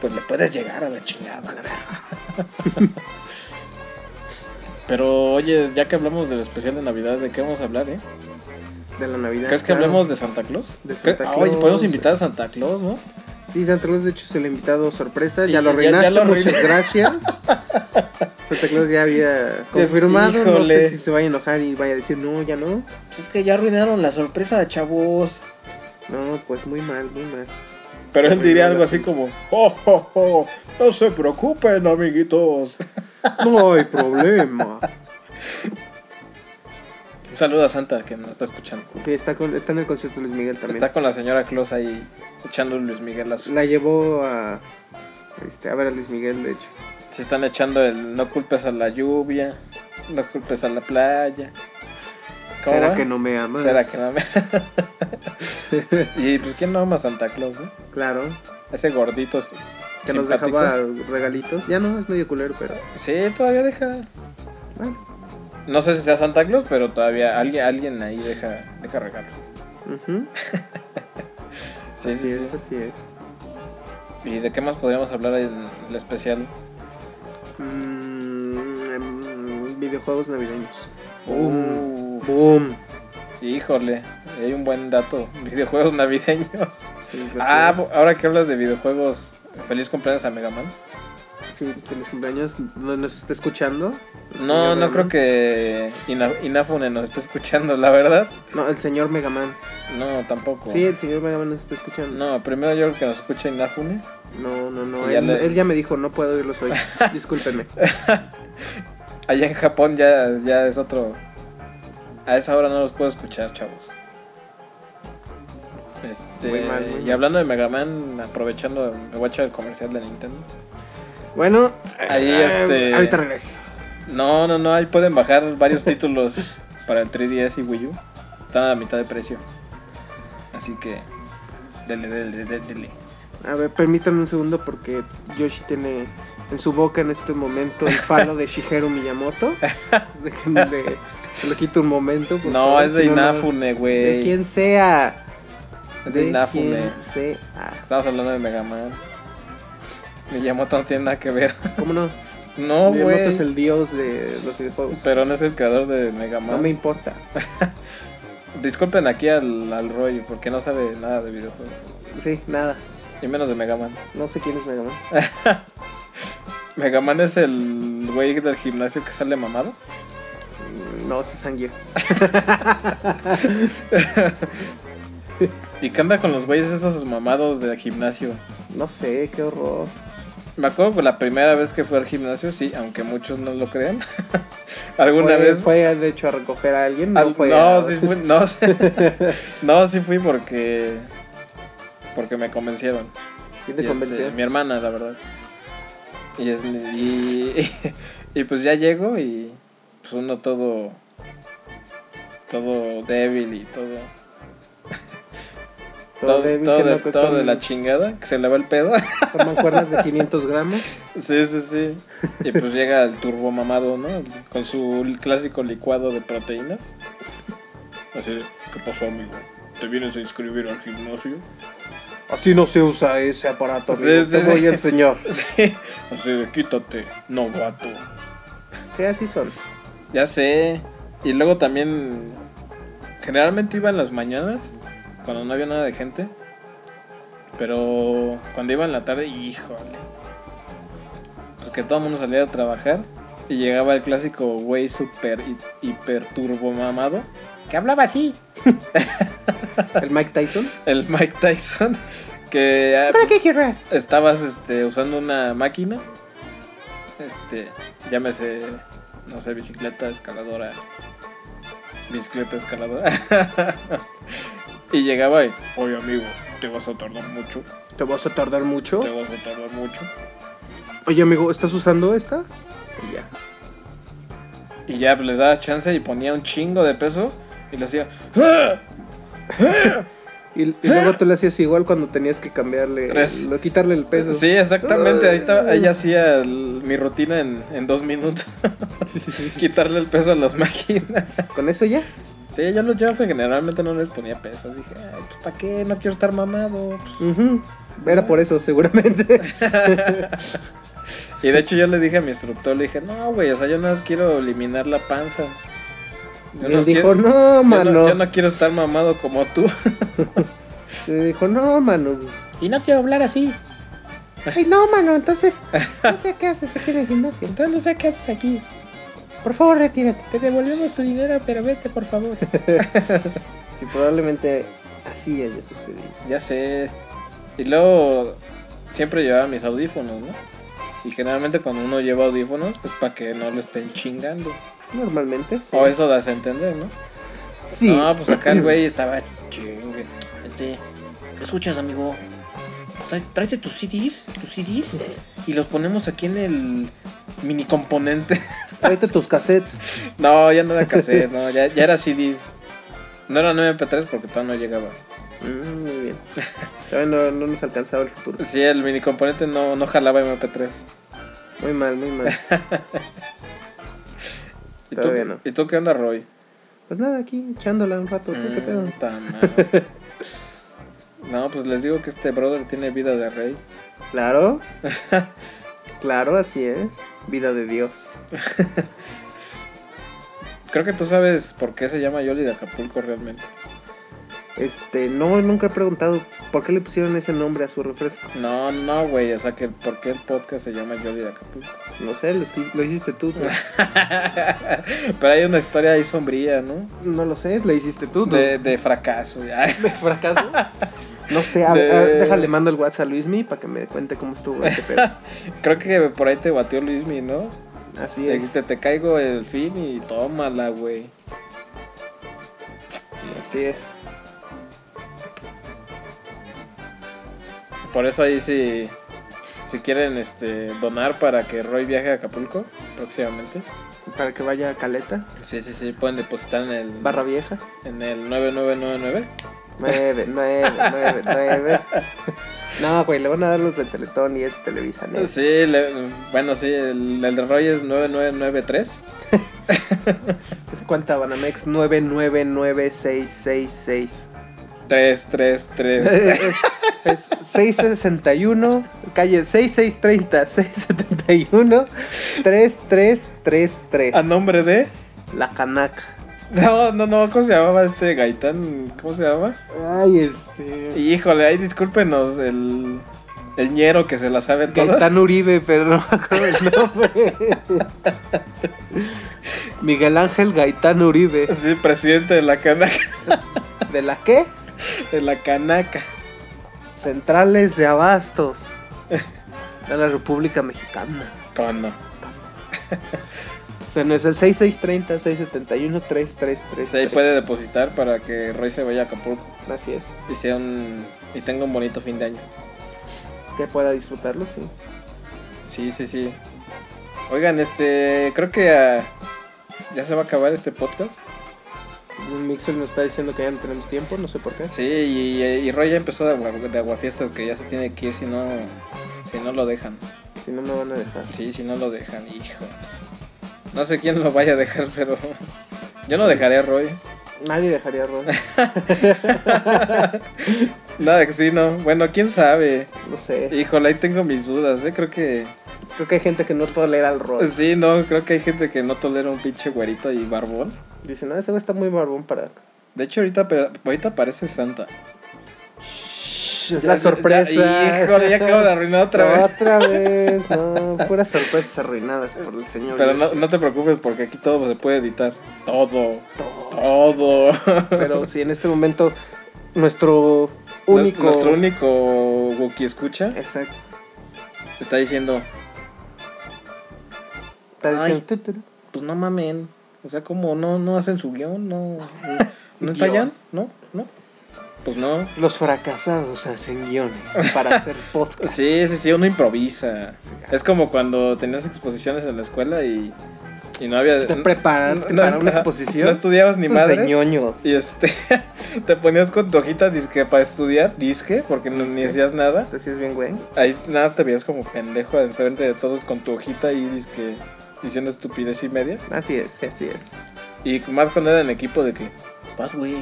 [SPEAKER 1] pues le puedes llegar a la chingada, la verdad. Pero oye, ya que hablamos del especial de Navidad, ¿de qué vamos a hablar, eh?
[SPEAKER 2] De la Navidad.
[SPEAKER 1] ¿Crees que
[SPEAKER 2] claro.
[SPEAKER 1] hablemos de Santa Claus?
[SPEAKER 2] De
[SPEAKER 1] ¿Cre-
[SPEAKER 2] Santa
[SPEAKER 1] Ah, Oye,
[SPEAKER 2] Claus,
[SPEAKER 1] podemos
[SPEAKER 2] sí.
[SPEAKER 1] invitar a Santa Claus, ¿no?
[SPEAKER 2] Sí, Santa Claus, de hecho, es el invitado sorpresa.
[SPEAKER 1] Y
[SPEAKER 2] Ya lo
[SPEAKER 1] ya- ya
[SPEAKER 2] arruinaste,
[SPEAKER 1] lo arruiné.
[SPEAKER 2] muchas gracias. Santa Claus ya había confirmado. No
[SPEAKER 1] Híjole.
[SPEAKER 2] sé si se vaya a enojar y vaya a decir, no, ya no.
[SPEAKER 1] Pues es que ya arruinaron la sorpresa, chavos.
[SPEAKER 2] No, pues muy mal, muy mal.
[SPEAKER 1] Pero él
[SPEAKER 2] Arruinaron
[SPEAKER 1] diría algo
[SPEAKER 2] la
[SPEAKER 1] así como, ¡Oh, oh, oh! No se preocupen, amiguitos.
[SPEAKER 2] No hay problema.
[SPEAKER 1] Un saludo a Santa que nos está escuchando.
[SPEAKER 2] Sí, está, con, está en el concierto de Luis Miguel también.
[SPEAKER 1] Está con la señora Claus ahí echando Luis Miguel a su
[SPEAKER 2] La llevó a, este, a ver a Luis Miguel, de hecho.
[SPEAKER 1] Se están echando el no culpes a la lluvia, no culpes a la playa. ¿Cómo
[SPEAKER 2] ¿Será
[SPEAKER 1] va?
[SPEAKER 2] que no me amas?
[SPEAKER 1] ¿Será que no me- y pues quién no ama a Santa Claus, ¿no?
[SPEAKER 2] Claro.
[SPEAKER 1] Ese gordito es
[SPEAKER 2] Que nos
[SPEAKER 1] simpático.
[SPEAKER 2] dejaba regalitos. Ya no, es medio culero, pero
[SPEAKER 1] Sí, todavía deja.
[SPEAKER 2] bueno.
[SPEAKER 1] No sé si sea Santa Claus, pero todavía alguien, alguien ahí deja, deja regalos.
[SPEAKER 2] Ujú.
[SPEAKER 1] Sí,
[SPEAKER 2] Así
[SPEAKER 1] sí,
[SPEAKER 2] es,
[SPEAKER 1] sí.
[SPEAKER 2] así es.
[SPEAKER 1] ¿Y de qué más podríamos hablar en el especial?
[SPEAKER 2] Mm, em, videojuegos navideños.
[SPEAKER 1] Uh,
[SPEAKER 2] Boom.
[SPEAKER 1] híjole, hay un buen dato. Videojuegos navideños. Ah, bo- ahora que hablas de videojuegos, feliz cumpleaños a Mega Man.
[SPEAKER 2] sí, feliz cumpleaños. ¿No nos está escuchando? El
[SPEAKER 1] No,
[SPEAKER 2] señor
[SPEAKER 1] no creo
[SPEAKER 2] Megaman.
[SPEAKER 1] que Ina- Inafune nos esté escuchando, la verdad.
[SPEAKER 2] No, el señor Megaman.
[SPEAKER 1] No, tampoco.
[SPEAKER 2] Sí, el señor Megaman nos está escuchando.
[SPEAKER 1] No, primero yo creo que nos escucha Inafune.
[SPEAKER 2] No, no, no.
[SPEAKER 1] Y ya
[SPEAKER 2] él,
[SPEAKER 1] le-
[SPEAKER 2] él ya me dijo, no puedo oírlos hoy. Discúlpenme.
[SPEAKER 1] Allá en Japón ya, ya es otro. A esa hora no los puedo escuchar, chavos. Este,
[SPEAKER 2] Muy mal, muy
[SPEAKER 1] y
[SPEAKER 2] mal.
[SPEAKER 1] hablando de Mega Man, aprovechando, me voy a echar el comercial de Nintendo.
[SPEAKER 2] Bueno,
[SPEAKER 1] Ahí,
[SPEAKER 2] eh,
[SPEAKER 1] este-
[SPEAKER 2] ahorita regreso.
[SPEAKER 1] No, no, no, ahí pueden bajar varios títulos para el 3DS y Wii U. Están a la mitad de precio. Así que, dele, dele, dele, dele.
[SPEAKER 2] A ver, permítanme un segundo porque Yoshi tiene en su boca en este momento el falo de Shigeru Miyamoto. Déjenme, se lo quito un momento. por
[SPEAKER 1] No,
[SPEAKER 2] favor,
[SPEAKER 1] es de
[SPEAKER 2] si no, no-
[SPEAKER 1] Inafune,
[SPEAKER 2] De
[SPEAKER 1] güey.
[SPEAKER 2] quien sea.
[SPEAKER 1] Es de Inafune.
[SPEAKER 2] quien sea.
[SPEAKER 1] Estamos hablando de Mega Man. Miyamoto no tiene nada que ver.
[SPEAKER 2] ¿Cómo no?
[SPEAKER 1] No, Oh,
[SPEAKER 2] Miyamoto
[SPEAKER 1] güey.
[SPEAKER 2] es el dios de los videojuegos.
[SPEAKER 1] Pero no es el creador de Mega
[SPEAKER 2] No
[SPEAKER 1] Man.
[SPEAKER 2] me importa.
[SPEAKER 1] Disculpen aquí al, al Roy porque no sabe nada de videojuegos.
[SPEAKER 2] Sí, nada.
[SPEAKER 1] Y menos de Mega Man.
[SPEAKER 2] No sé quién es Mega Man.
[SPEAKER 1] Mega Man es el güey del gimnasio que sale mamado.
[SPEAKER 2] Mm, No, ese es Sangief.
[SPEAKER 1] Y que anda con los güeyes esos mamados de gimnasio.
[SPEAKER 2] No sé, qué horror.
[SPEAKER 1] Me acuerdo que la primera vez que fui al gimnasio, sí, aunque muchos no lo creen. Alguna
[SPEAKER 2] Fue-
[SPEAKER 1] vez.
[SPEAKER 2] Fue de hecho a recoger a alguien. No,
[SPEAKER 1] al-
[SPEAKER 2] fue
[SPEAKER 1] no,
[SPEAKER 2] a-
[SPEAKER 1] sí fui, no, sí, no, sí fui porque. Porque me convencieron.
[SPEAKER 2] ¿Quién te
[SPEAKER 1] Y, este,
[SPEAKER 2] convenció?
[SPEAKER 1] mi hermana, la verdad. Y, es- y, y pues ya llego y pues uno todo todo débil y todo todo, todo,
[SPEAKER 2] débil, que no
[SPEAKER 1] de,
[SPEAKER 2] fue
[SPEAKER 1] todo de
[SPEAKER 2] con-
[SPEAKER 1] la chingada que se le va el pedo.
[SPEAKER 2] con mancuernas de 500 gramos.
[SPEAKER 1] sí, sí, sí. Y pues llega el turbo mamado, ¿no? Con su clásico licuado de proteínas. Así, ¿qué pasó, amigo? ¿Te vienes a inscribir al gimnasio?
[SPEAKER 2] Así no se usa ese aparato.
[SPEAKER 1] Sí, amigo. sí, Te sí. voy a
[SPEAKER 2] enseñar.
[SPEAKER 1] Sí. Así, de, quítate, novato.
[SPEAKER 2] Sí, así son.
[SPEAKER 1] Ya sé. Y luego también. Generalmente iba en las mañanas. Cuando no había nada de gente. Pero cuando iba en la tarde, híjole. Pues que todo el mundo salía a trabajar. Y llegaba el clásico güey super hiper turbo mamado. Que hablaba así.
[SPEAKER 2] El Mike Tyson.
[SPEAKER 1] El Mike Tyson. Que ah, pues,
[SPEAKER 2] qué querrás?
[SPEAKER 1] estabas este, usando una máquina. Este, llámese, no sé, bicicleta, escaladora. Bicicleta, escaladora. y llegaba y, oye amigo, te vas a tardar mucho,
[SPEAKER 2] ¿Te vas a tardar mucho?
[SPEAKER 1] te vas a tardar mucho.
[SPEAKER 2] Oye, amigo, ¿estás usando esta? Y ya.
[SPEAKER 1] Y ya pues, le dabas chance y ponía un chingo de peso y le hacía, "Ah",
[SPEAKER 2] Y, y luego tú le hacías igual cuando tenías que cambiarle,
[SPEAKER 1] ¿Eh? Tres.
[SPEAKER 2] lo, quitarle el peso.
[SPEAKER 1] sí, exactamente, ahí, estaba, ahí hacía el- mi rutina en, en dos minutos. Quitarle el peso a las máquinas.
[SPEAKER 2] Con eso ya.
[SPEAKER 1] Sí, yo los Jaffe generalmente no les ponía peso. Dije, "Ay, pues ¿para qué? No quiero estar mamado. pues".
[SPEAKER 2] Ujú. Era por eso, seguramente.
[SPEAKER 1] Y de hecho yo le dije a mi instructor, le dije, no, güey, o sea, yo nada más quiero eliminar la panza.
[SPEAKER 2] Y
[SPEAKER 1] Yo
[SPEAKER 2] él
[SPEAKER 1] no
[SPEAKER 2] dijo,
[SPEAKER 1] quiero-
[SPEAKER 2] no,
[SPEAKER 1] yo no-
[SPEAKER 2] mano.
[SPEAKER 1] yo no quiero estar mamado como tú.
[SPEAKER 2] Y dijo, no, mano. pues,
[SPEAKER 1] Y no quiero hablar así.
[SPEAKER 2] Ay, no, mano, entonces, no sé qué haces aquí en el gimnasio.
[SPEAKER 1] Entonces no sé qué haces aquí.
[SPEAKER 2] Por favor, retírate.
[SPEAKER 1] Te devolvemos tu dinero, pero vete, por favor.
[SPEAKER 2] Sí, probablemente así haya sucedido.
[SPEAKER 1] ya sé. Y luego siempre llevaba mis audífonos, ¿no? Y generalmente cuando uno lleva audífonos es para que no lo estén chingando.
[SPEAKER 2] Normalmente. Sí.
[SPEAKER 1] O eso das a entender, ¿no?
[SPEAKER 2] Sí.
[SPEAKER 1] No, pues acá el güey estaba chingue. Este, ¿lo escuchas, amigo? Pues trae- tráete tus CDs, tus CDs, y los ponemos aquí en el mini componente.
[SPEAKER 2] Tráete tus cassettes.
[SPEAKER 1] No, ya no era cassette, no, ya, ya era CDs. No eran MP3 porque todavía no llegaba.
[SPEAKER 2] Mm, muy bien. Todavía no, no nos alcanzaba el futuro.
[SPEAKER 1] Sí, el mini componente no, no jalaba MP3.
[SPEAKER 2] Muy mal, muy mal.
[SPEAKER 1] ¿Y tú,
[SPEAKER 2] Todavía no.
[SPEAKER 1] ¿Y tú qué onda, Roy?
[SPEAKER 2] Pues nada, aquí echándola un rato. ¿Tú qué pedo?
[SPEAKER 1] Mm, ta madre. No, pues les digo que este brother tiene vida de rey.
[SPEAKER 2] Claro. Claro, así es. Vida de Dios.
[SPEAKER 1] Creo que tú sabes por qué se llama Yoli de Acapulco realmente.
[SPEAKER 2] Este, no, nunca he preguntado por qué le pusieron ese nombre a su refresco.
[SPEAKER 1] No, no, güey, o sea, que ¿por qué el podcast se llama Yoli de Acapulco?
[SPEAKER 2] No sé, lo, hici- lo hiciste tú. ¿no?
[SPEAKER 1] Pero hay una historia ahí sombría, ¿no?
[SPEAKER 2] No lo sé, lo hiciste tú. ¿no?
[SPEAKER 1] De, de fracaso. Ay,
[SPEAKER 2] fracaso. No sé, a,
[SPEAKER 1] De-
[SPEAKER 2] a- déjale, mando el WhatsApp a Luismi para que me cuente cómo estuvo este pedo.
[SPEAKER 1] Creo que por ahí te batió Luismi, ¿no?
[SPEAKER 2] Así
[SPEAKER 1] Le
[SPEAKER 2] es,
[SPEAKER 1] Dijiste, te caigo el fin y tómala, güey.
[SPEAKER 2] así es.
[SPEAKER 1] Por eso ahí sí, si quieren este, donar para que Roy viaje a Acapulco próximamente,
[SPEAKER 2] para que vaya a Caleta,
[SPEAKER 1] Sí, sí, sí, pueden depositar en el,
[SPEAKER 2] Barra Vieja.
[SPEAKER 1] en el 9999.
[SPEAKER 2] 9, 9, 9, 9. No, güey, le van a dar los de Teletón y es Televisa. ¿no?
[SPEAKER 1] Sí, le- bueno, sí, el, el de Roy es 9993.
[SPEAKER 2] Es cuánta Banamex 999666.
[SPEAKER 1] 333.
[SPEAKER 2] Es, es 661, calle 6630, 671, 3333.
[SPEAKER 1] A nombre de.
[SPEAKER 2] La canaca.
[SPEAKER 1] No, no, no, ¿cómo se llamaba este Gaitán? ¿Cómo se llama?
[SPEAKER 2] Ay, este.
[SPEAKER 1] Híjole, ahí discúlpenos el, el ñero que se la sabe todas.
[SPEAKER 2] Gaitán Uribe, pero no me acuerdo el nombre. Miguel Ángel Gaitán Uribe.
[SPEAKER 1] Sí, presidente de la canaca.
[SPEAKER 2] ¿De la qué?
[SPEAKER 1] De la canaca.
[SPEAKER 2] Centrales de abastos de la República Mexicana.
[SPEAKER 1] Cono.
[SPEAKER 2] O sea, no es el 6630 671 333.
[SPEAKER 1] Pues ahí puede depositar para que Roy se vaya a Acapulco
[SPEAKER 2] Así es.
[SPEAKER 1] y, sea un- y tenga un bonito fin de año.
[SPEAKER 2] Que pueda disfrutarlo, sí.
[SPEAKER 1] Sí, sí, sí. Oigan, este, creo que ah, ya se va a acabar este podcast.
[SPEAKER 2] Mixel nos está diciendo que ya no tenemos tiempo, no sé por qué.
[SPEAKER 1] Sí, y, y Roy ya empezó de, agua, de aguafiestas que ya se tiene que ir si no, si no lo dejan.
[SPEAKER 2] Si no me van a dejar.
[SPEAKER 1] Sí, si no lo dejan, hijo. No sé quién lo vaya a dejar, pero yo no dejaré a Roy.
[SPEAKER 2] Nadie dejaría a Ron.
[SPEAKER 1] Nada que sí, no. Bueno, quién sabe.
[SPEAKER 2] No sé.
[SPEAKER 1] Híjole, ahí tengo mis dudas, ¿eh? Creo que.
[SPEAKER 2] Creo que hay gente que no tolera al Ron.
[SPEAKER 1] Sí, no, creo que hay gente que no tolera un pinche güerito y barbón.
[SPEAKER 2] Dice, no, ese güey está muy barbón para.
[SPEAKER 1] De hecho, ahorita, pe- ahorita parece Santa.
[SPEAKER 2] Es
[SPEAKER 1] Ya-
[SPEAKER 2] la
[SPEAKER 1] ya-
[SPEAKER 2] sorpresa.
[SPEAKER 1] híjole, ya acabo de arruinar otra vez.
[SPEAKER 2] Otra vez, no. Puras sorpresas arruinadas por el señor.
[SPEAKER 1] Pero no,
[SPEAKER 2] Yoshi.
[SPEAKER 1] no te preocupes porque aquí todo se puede editar. Todo. Todo.
[SPEAKER 2] Pero si en este momento nuestro único.
[SPEAKER 1] Nuestro único Wookiee escucha
[SPEAKER 2] Exacto.
[SPEAKER 1] está diciendo,
[SPEAKER 2] Está
[SPEAKER 1] Ay.
[SPEAKER 2] diciendo. tu, tu, tu.
[SPEAKER 1] pues no mamen. O sea, como no, no hacen su guión, no, no
[SPEAKER 2] Guión.
[SPEAKER 1] ensayan, no, no. Pues no.
[SPEAKER 2] Los fracasados hacen guiones para hacer podcast.
[SPEAKER 1] Sí, sí, sí, uno improvisa. Es como cuando tenías exposiciones en la escuela y, y no había...
[SPEAKER 2] Te preparan
[SPEAKER 1] no-
[SPEAKER 2] para una
[SPEAKER 1] ajá,
[SPEAKER 2] exposición.
[SPEAKER 1] No estudiabas ni
[SPEAKER 2] Eso es de
[SPEAKER 1] madres.
[SPEAKER 2] ñoños.
[SPEAKER 1] Y este, te ponías con tu hojita disque para estudiar, disque, porque no, ni
[SPEAKER 2] Disque.
[SPEAKER 1] hacías nada.
[SPEAKER 2] Así Este es bien, güey.
[SPEAKER 1] Ahí nada más te veías como pendejo enfrente de todos con tu hojita y disque diciendo estupidez y media.
[SPEAKER 2] Así es, así es.
[SPEAKER 1] Y más cuando era en equipo de que, vas, güey,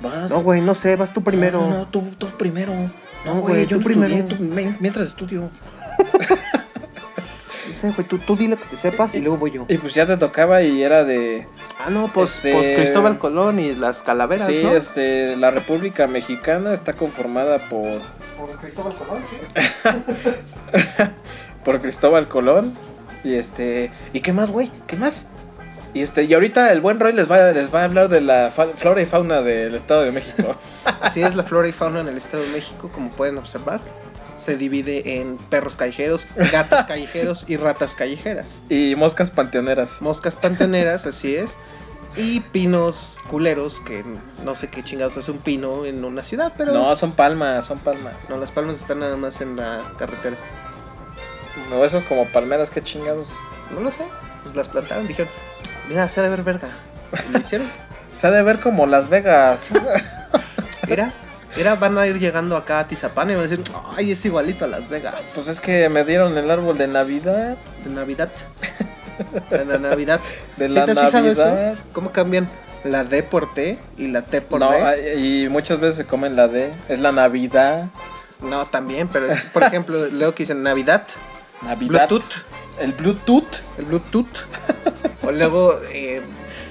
[SPEAKER 1] vas.
[SPEAKER 2] No, güey, no sé, vas tú primero.
[SPEAKER 1] No, no, tú, tú primero. No,
[SPEAKER 2] No,
[SPEAKER 1] güey,
[SPEAKER 2] güey,
[SPEAKER 1] yo
[SPEAKER 2] tú
[SPEAKER 1] primero.
[SPEAKER 2] primero.
[SPEAKER 1] mientras estudio.
[SPEAKER 2] No sé, güey, tú, tú dile que te sepas y luego voy yo.
[SPEAKER 1] Y pues ya te tocaba y era de,
[SPEAKER 2] Ah, no, pues,
[SPEAKER 1] Este-
[SPEAKER 2] pues Cristóbal Colón y las calaveras,
[SPEAKER 1] sí,
[SPEAKER 2] ¿no?
[SPEAKER 1] este, la República Mexicana está conformada por,
[SPEAKER 2] Por Cristóbal Colón, sí.
[SPEAKER 1] por Cristóbal Colón. Y este, ¿y qué más, güey? ¿Qué más? Y este, y ahorita el buen Roy les va, les va a hablar de la fa- flora y fauna del Estado de México.
[SPEAKER 2] Así es la flora y fauna en el Estado de México, como pueden observar. Se divide en perros callejeros, gatos callejeros y ratas callejeras.
[SPEAKER 1] y moscas panteoneras.
[SPEAKER 2] Moscas pantaneras, así es. Y pinos culeros, que no sé qué chingados hace un pino en una ciudad, pero...
[SPEAKER 1] No, son palmas, son palmas.
[SPEAKER 2] No, las palmas están nada más en la carretera.
[SPEAKER 1] No, esos como palmeras, qué chingados.
[SPEAKER 2] No lo sé. Pues las plantaron, dijeron, mira, se ha de ver verga. Y Lo hicieron.
[SPEAKER 1] Se ha de ver como Las Vegas.
[SPEAKER 2] Mira, mira, van a ir llegando acá a Tizapán y van a decir, ay, es igualito a Las Vegas.
[SPEAKER 1] Pues es que me dieron el árbol de Navidad.
[SPEAKER 2] De Navidad. De la Navidad.
[SPEAKER 1] De
[SPEAKER 2] ¿Sí
[SPEAKER 1] la
[SPEAKER 2] te has fijado eso?
[SPEAKER 1] Navidad.
[SPEAKER 2] ¿Cómo cambian la D por T y la T por
[SPEAKER 1] No,
[SPEAKER 2] D?
[SPEAKER 1] hay- y muchas veces se comen la D. Es la Navidad.
[SPEAKER 2] No, también, pero es, por ejemplo, leo que dicen Navidad,
[SPEAKER 1] Navidad.
[SPEAKER 2] Bluetooth,
[SPEAKER 1] El Bluetooth.
[SPEAKER 2] el Bluetooth. o luego, eh,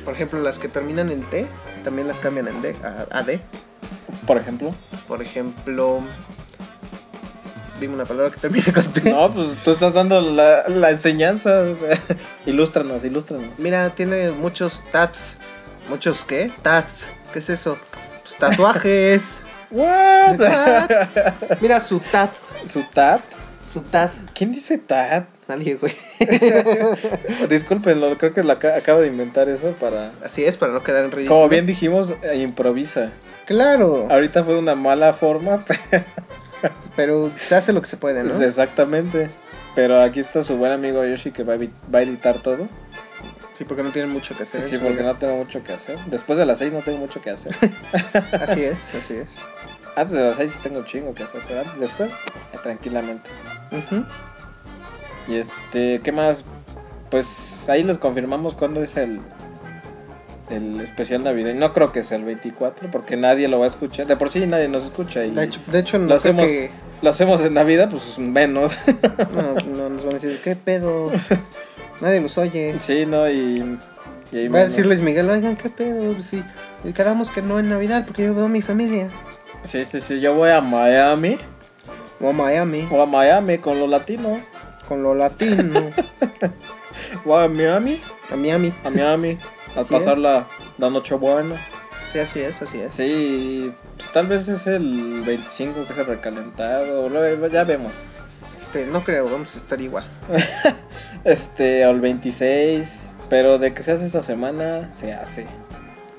[SPEAKER 2] por ejemplo, las que terminan en T, también las cambian en D, a, a D.
[SPEAKER 1] Por ejemplo.
[SPEAKER 2] Por ejemplo, dime una palabra que termine con T.
[SPEAKER 1] No, pues tú estás dando la, la enseñanza. o sea, ilústranos, ilústranos.
[SPEAKER 2] Mira, tiene muchos tats. ¿Muchos qué? Tats. ¿Qué es eso? Pues tatuajes.
[SPEAKER 1] What?
[SPEAKER 2] Mira su tat.
[SPEAKER 1] ¿Su tat?
[SPEAKER 2] Su tat.
[SPEAKER 1] ¿Quién dice tat?
[SPEAKER 2] Nadie, güey.
[SPEAKER 1] Discúlpenlo, creo que lo aca- acabo de inventar eso para.
[SPEAKER 2] Así es, para no quedar en ridículo.
[SPEAKER 1] Como bien Ah. dijimos, eh, improvisa.
[SPEAKER 2] Claro,
[SPEAKER 1] Ahorita fue de una mala forma,
[SPEAKER 2] pero se hace lo que se puede, ¿no?
[SPEAKER 1] pues, exactamente. Pero aquí está su buen amigo Yoshi que va a, vi- va a editar todo.
[SPEAKER 2] Sí, porque no tienen mucho que hacer. en
[SPEAKER 1] Sí,
[SPEAKER 2] su
[SPEAKER 1] porque
[SPEAKER 2] vida.
[SPEAKER 1] no tengo mucho que hacer. Después de las 6 no tengo mucho que hacer.
[SPEAKER 2] Así es, así es.
[SPEAKER 1] Antes de las 6 sí tengo un chingo que hacer, pero antes- después, eh, tranquilamente.
[SPEAKER 2] Ujú.
[SPEAKER 1] Y este, ¿qué más? Pues ahí les confirmamos cuándo es el, el especial navideño. No creo que sea el 24, porque nadie lo va a escuchar. De por sí nadie nos escucha. Y
[SPEAKER 2] De hecho, de hecho, no
[SPEAKER 1] lo,
[SPEAKER 2] creo
[SPEAKER 1] hacemos,
[SPEAKER 2] que-
[SPEAKER 1] lo hacemos en Navidad, pues menos.
[SPEAKER 2] No, no nos van a decir, ¿qué pedo? Nadie los oye.
[SPEAKER 1] sí, ¿no? Y, y ahí
[SPEAKER 2] Va a
[SPEAKER 1] menos.
[SPEAKER 2] decir Luis Miguel, oigan, ¿qué pedo? Sí, y quedamos que no en Navidad porque yo veo a mi familia.
[SPEAKER 1] Sí, sí, sí. Yo voy a Miami.
[SPEAKER 2] O a Miami,
[SPEAKER 1] O a Miami con los latinos.
[SPEAKER 2] con lo latino.
[SPEAKER 1] O a Miami.
[SPEAKER 2] A Miami.
[SPEAKER 1] A Miami. A
[SPEAKER 2] Así
[SPEAKER 1] pasar
[SPEAKER 2] es.
[SPEAKER 1] la, la noche buena.
[SPEAKER 2] Sí, así es, así es.
[SPEAKER 1] Sí, pues, tal vez es el 25 que se ha recalentado. luego Ya vemos.
[SPEAKER 2] Este, no creo, vamos a estar igual.
[SPEAKER 1] Este, al 26. Pero de que se hace esta semana, se hace.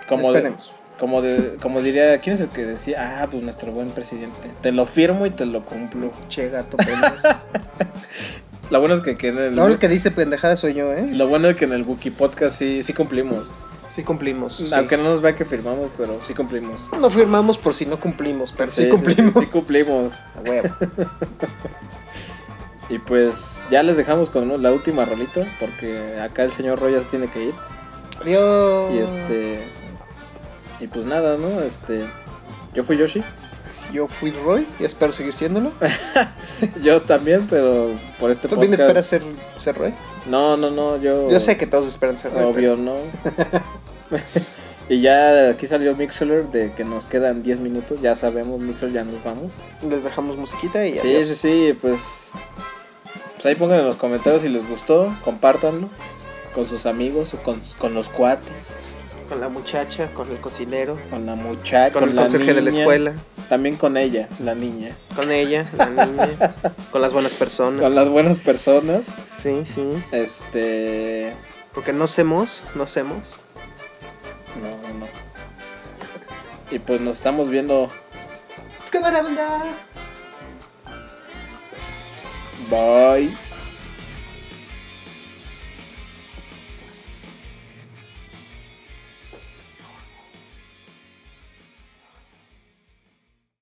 [SPEAKER 1] Como, de-
[SPEAKER 2] Esperemos.
[SPEAKER 1] como, de- como diría, ¿quién es el que decía? Ah, pues nuestro buen presidente. Te lo firmo y te lo cumplo.
[SPEAKER 2] Che, gato, pendejo.
[SPEAKER 1] Lo bueno es que, que en el,
[SPEAKER 2] Lo único que dice pendejada soy yo, ¿eh?
[SPEAKER 1] lo bueno es que en el Wookiee Podcast sí, sí cumplimos.
[SPEAKER 2] Sí cumplimos. sí.
[SPEAKER 1] Aunque no nos vea que firmamos, pero sí cumplimos.
[SPEAKER 2] No firmamos por si no cumplimos, pero sí, cumplimos.
[SPEAKER 1] Sí, sí cumplimos.
[SPEAKER 2] A huevo.
[SPEAKER 1] Y pues ya les dejamos con ¿no? la última rolita, porque acá el señor Royas tiene que ir.
[SPEAKER 2] Adiós.
[SPEAKER 1] Y este. Y pues nada, ¿no? Este. Yo fui Yoshi.
[SPEAKER 2] Yo fui Roy y espero seguir siéndolo.
[SPEAKER 1] Yo también, pero por este
[SPEAKER 2] ¿Tú bien
[SPEAKER 1] podcast.
[SPEAKER 2] esperas ser, ser Roy?
[SPEAKER 1] No, no, no, yo.
[SPEAKER 2] Yo sé que todos esperan ser Roy.
[SPEAKER 1] Obvio, no. y ya aquí salió Mixler de que nos quedan 10 minutos. Ya sabemos, Mixler, ya nos vamos.
[SPEAKER 2] pero Les dejamos musiquita y
[SPEAKER 1] Sí,
[SPEAKER 2] adiós.
[SPEAKER 1] sí, sí, pues. Pues ahí pongan en los comentarios si les gustó, compártanlo con sus amigos, con, con los cuates,
[SPEAKER 2] Con la muchacha, con el cocinero,
[SPEAKER 1] con la muchacha,
[SPEAKER 2] con, el
[SPEAKER 1] la
[SPEAKER 2] conserje de la
[SPEAKER 1] niña,
[SPEAKER 2] escuela,
[SPEAKER 1] También con ella, la niña.
[SPEAKER 2] con ella, la niña, con las buenas personas.
[SPEAKER 1] Con las buenas personas.
[SPEAKER 2] Sí, sí.
[SPEAKER 1] Este.
[SPEAKER 2] Porque no somos, no somos.
[SPEAKER 1] No, no, no. Y pues nos estamos viendo.
[SPEAKER 2] Es que para banda.
[SPEAKER 1] Bye.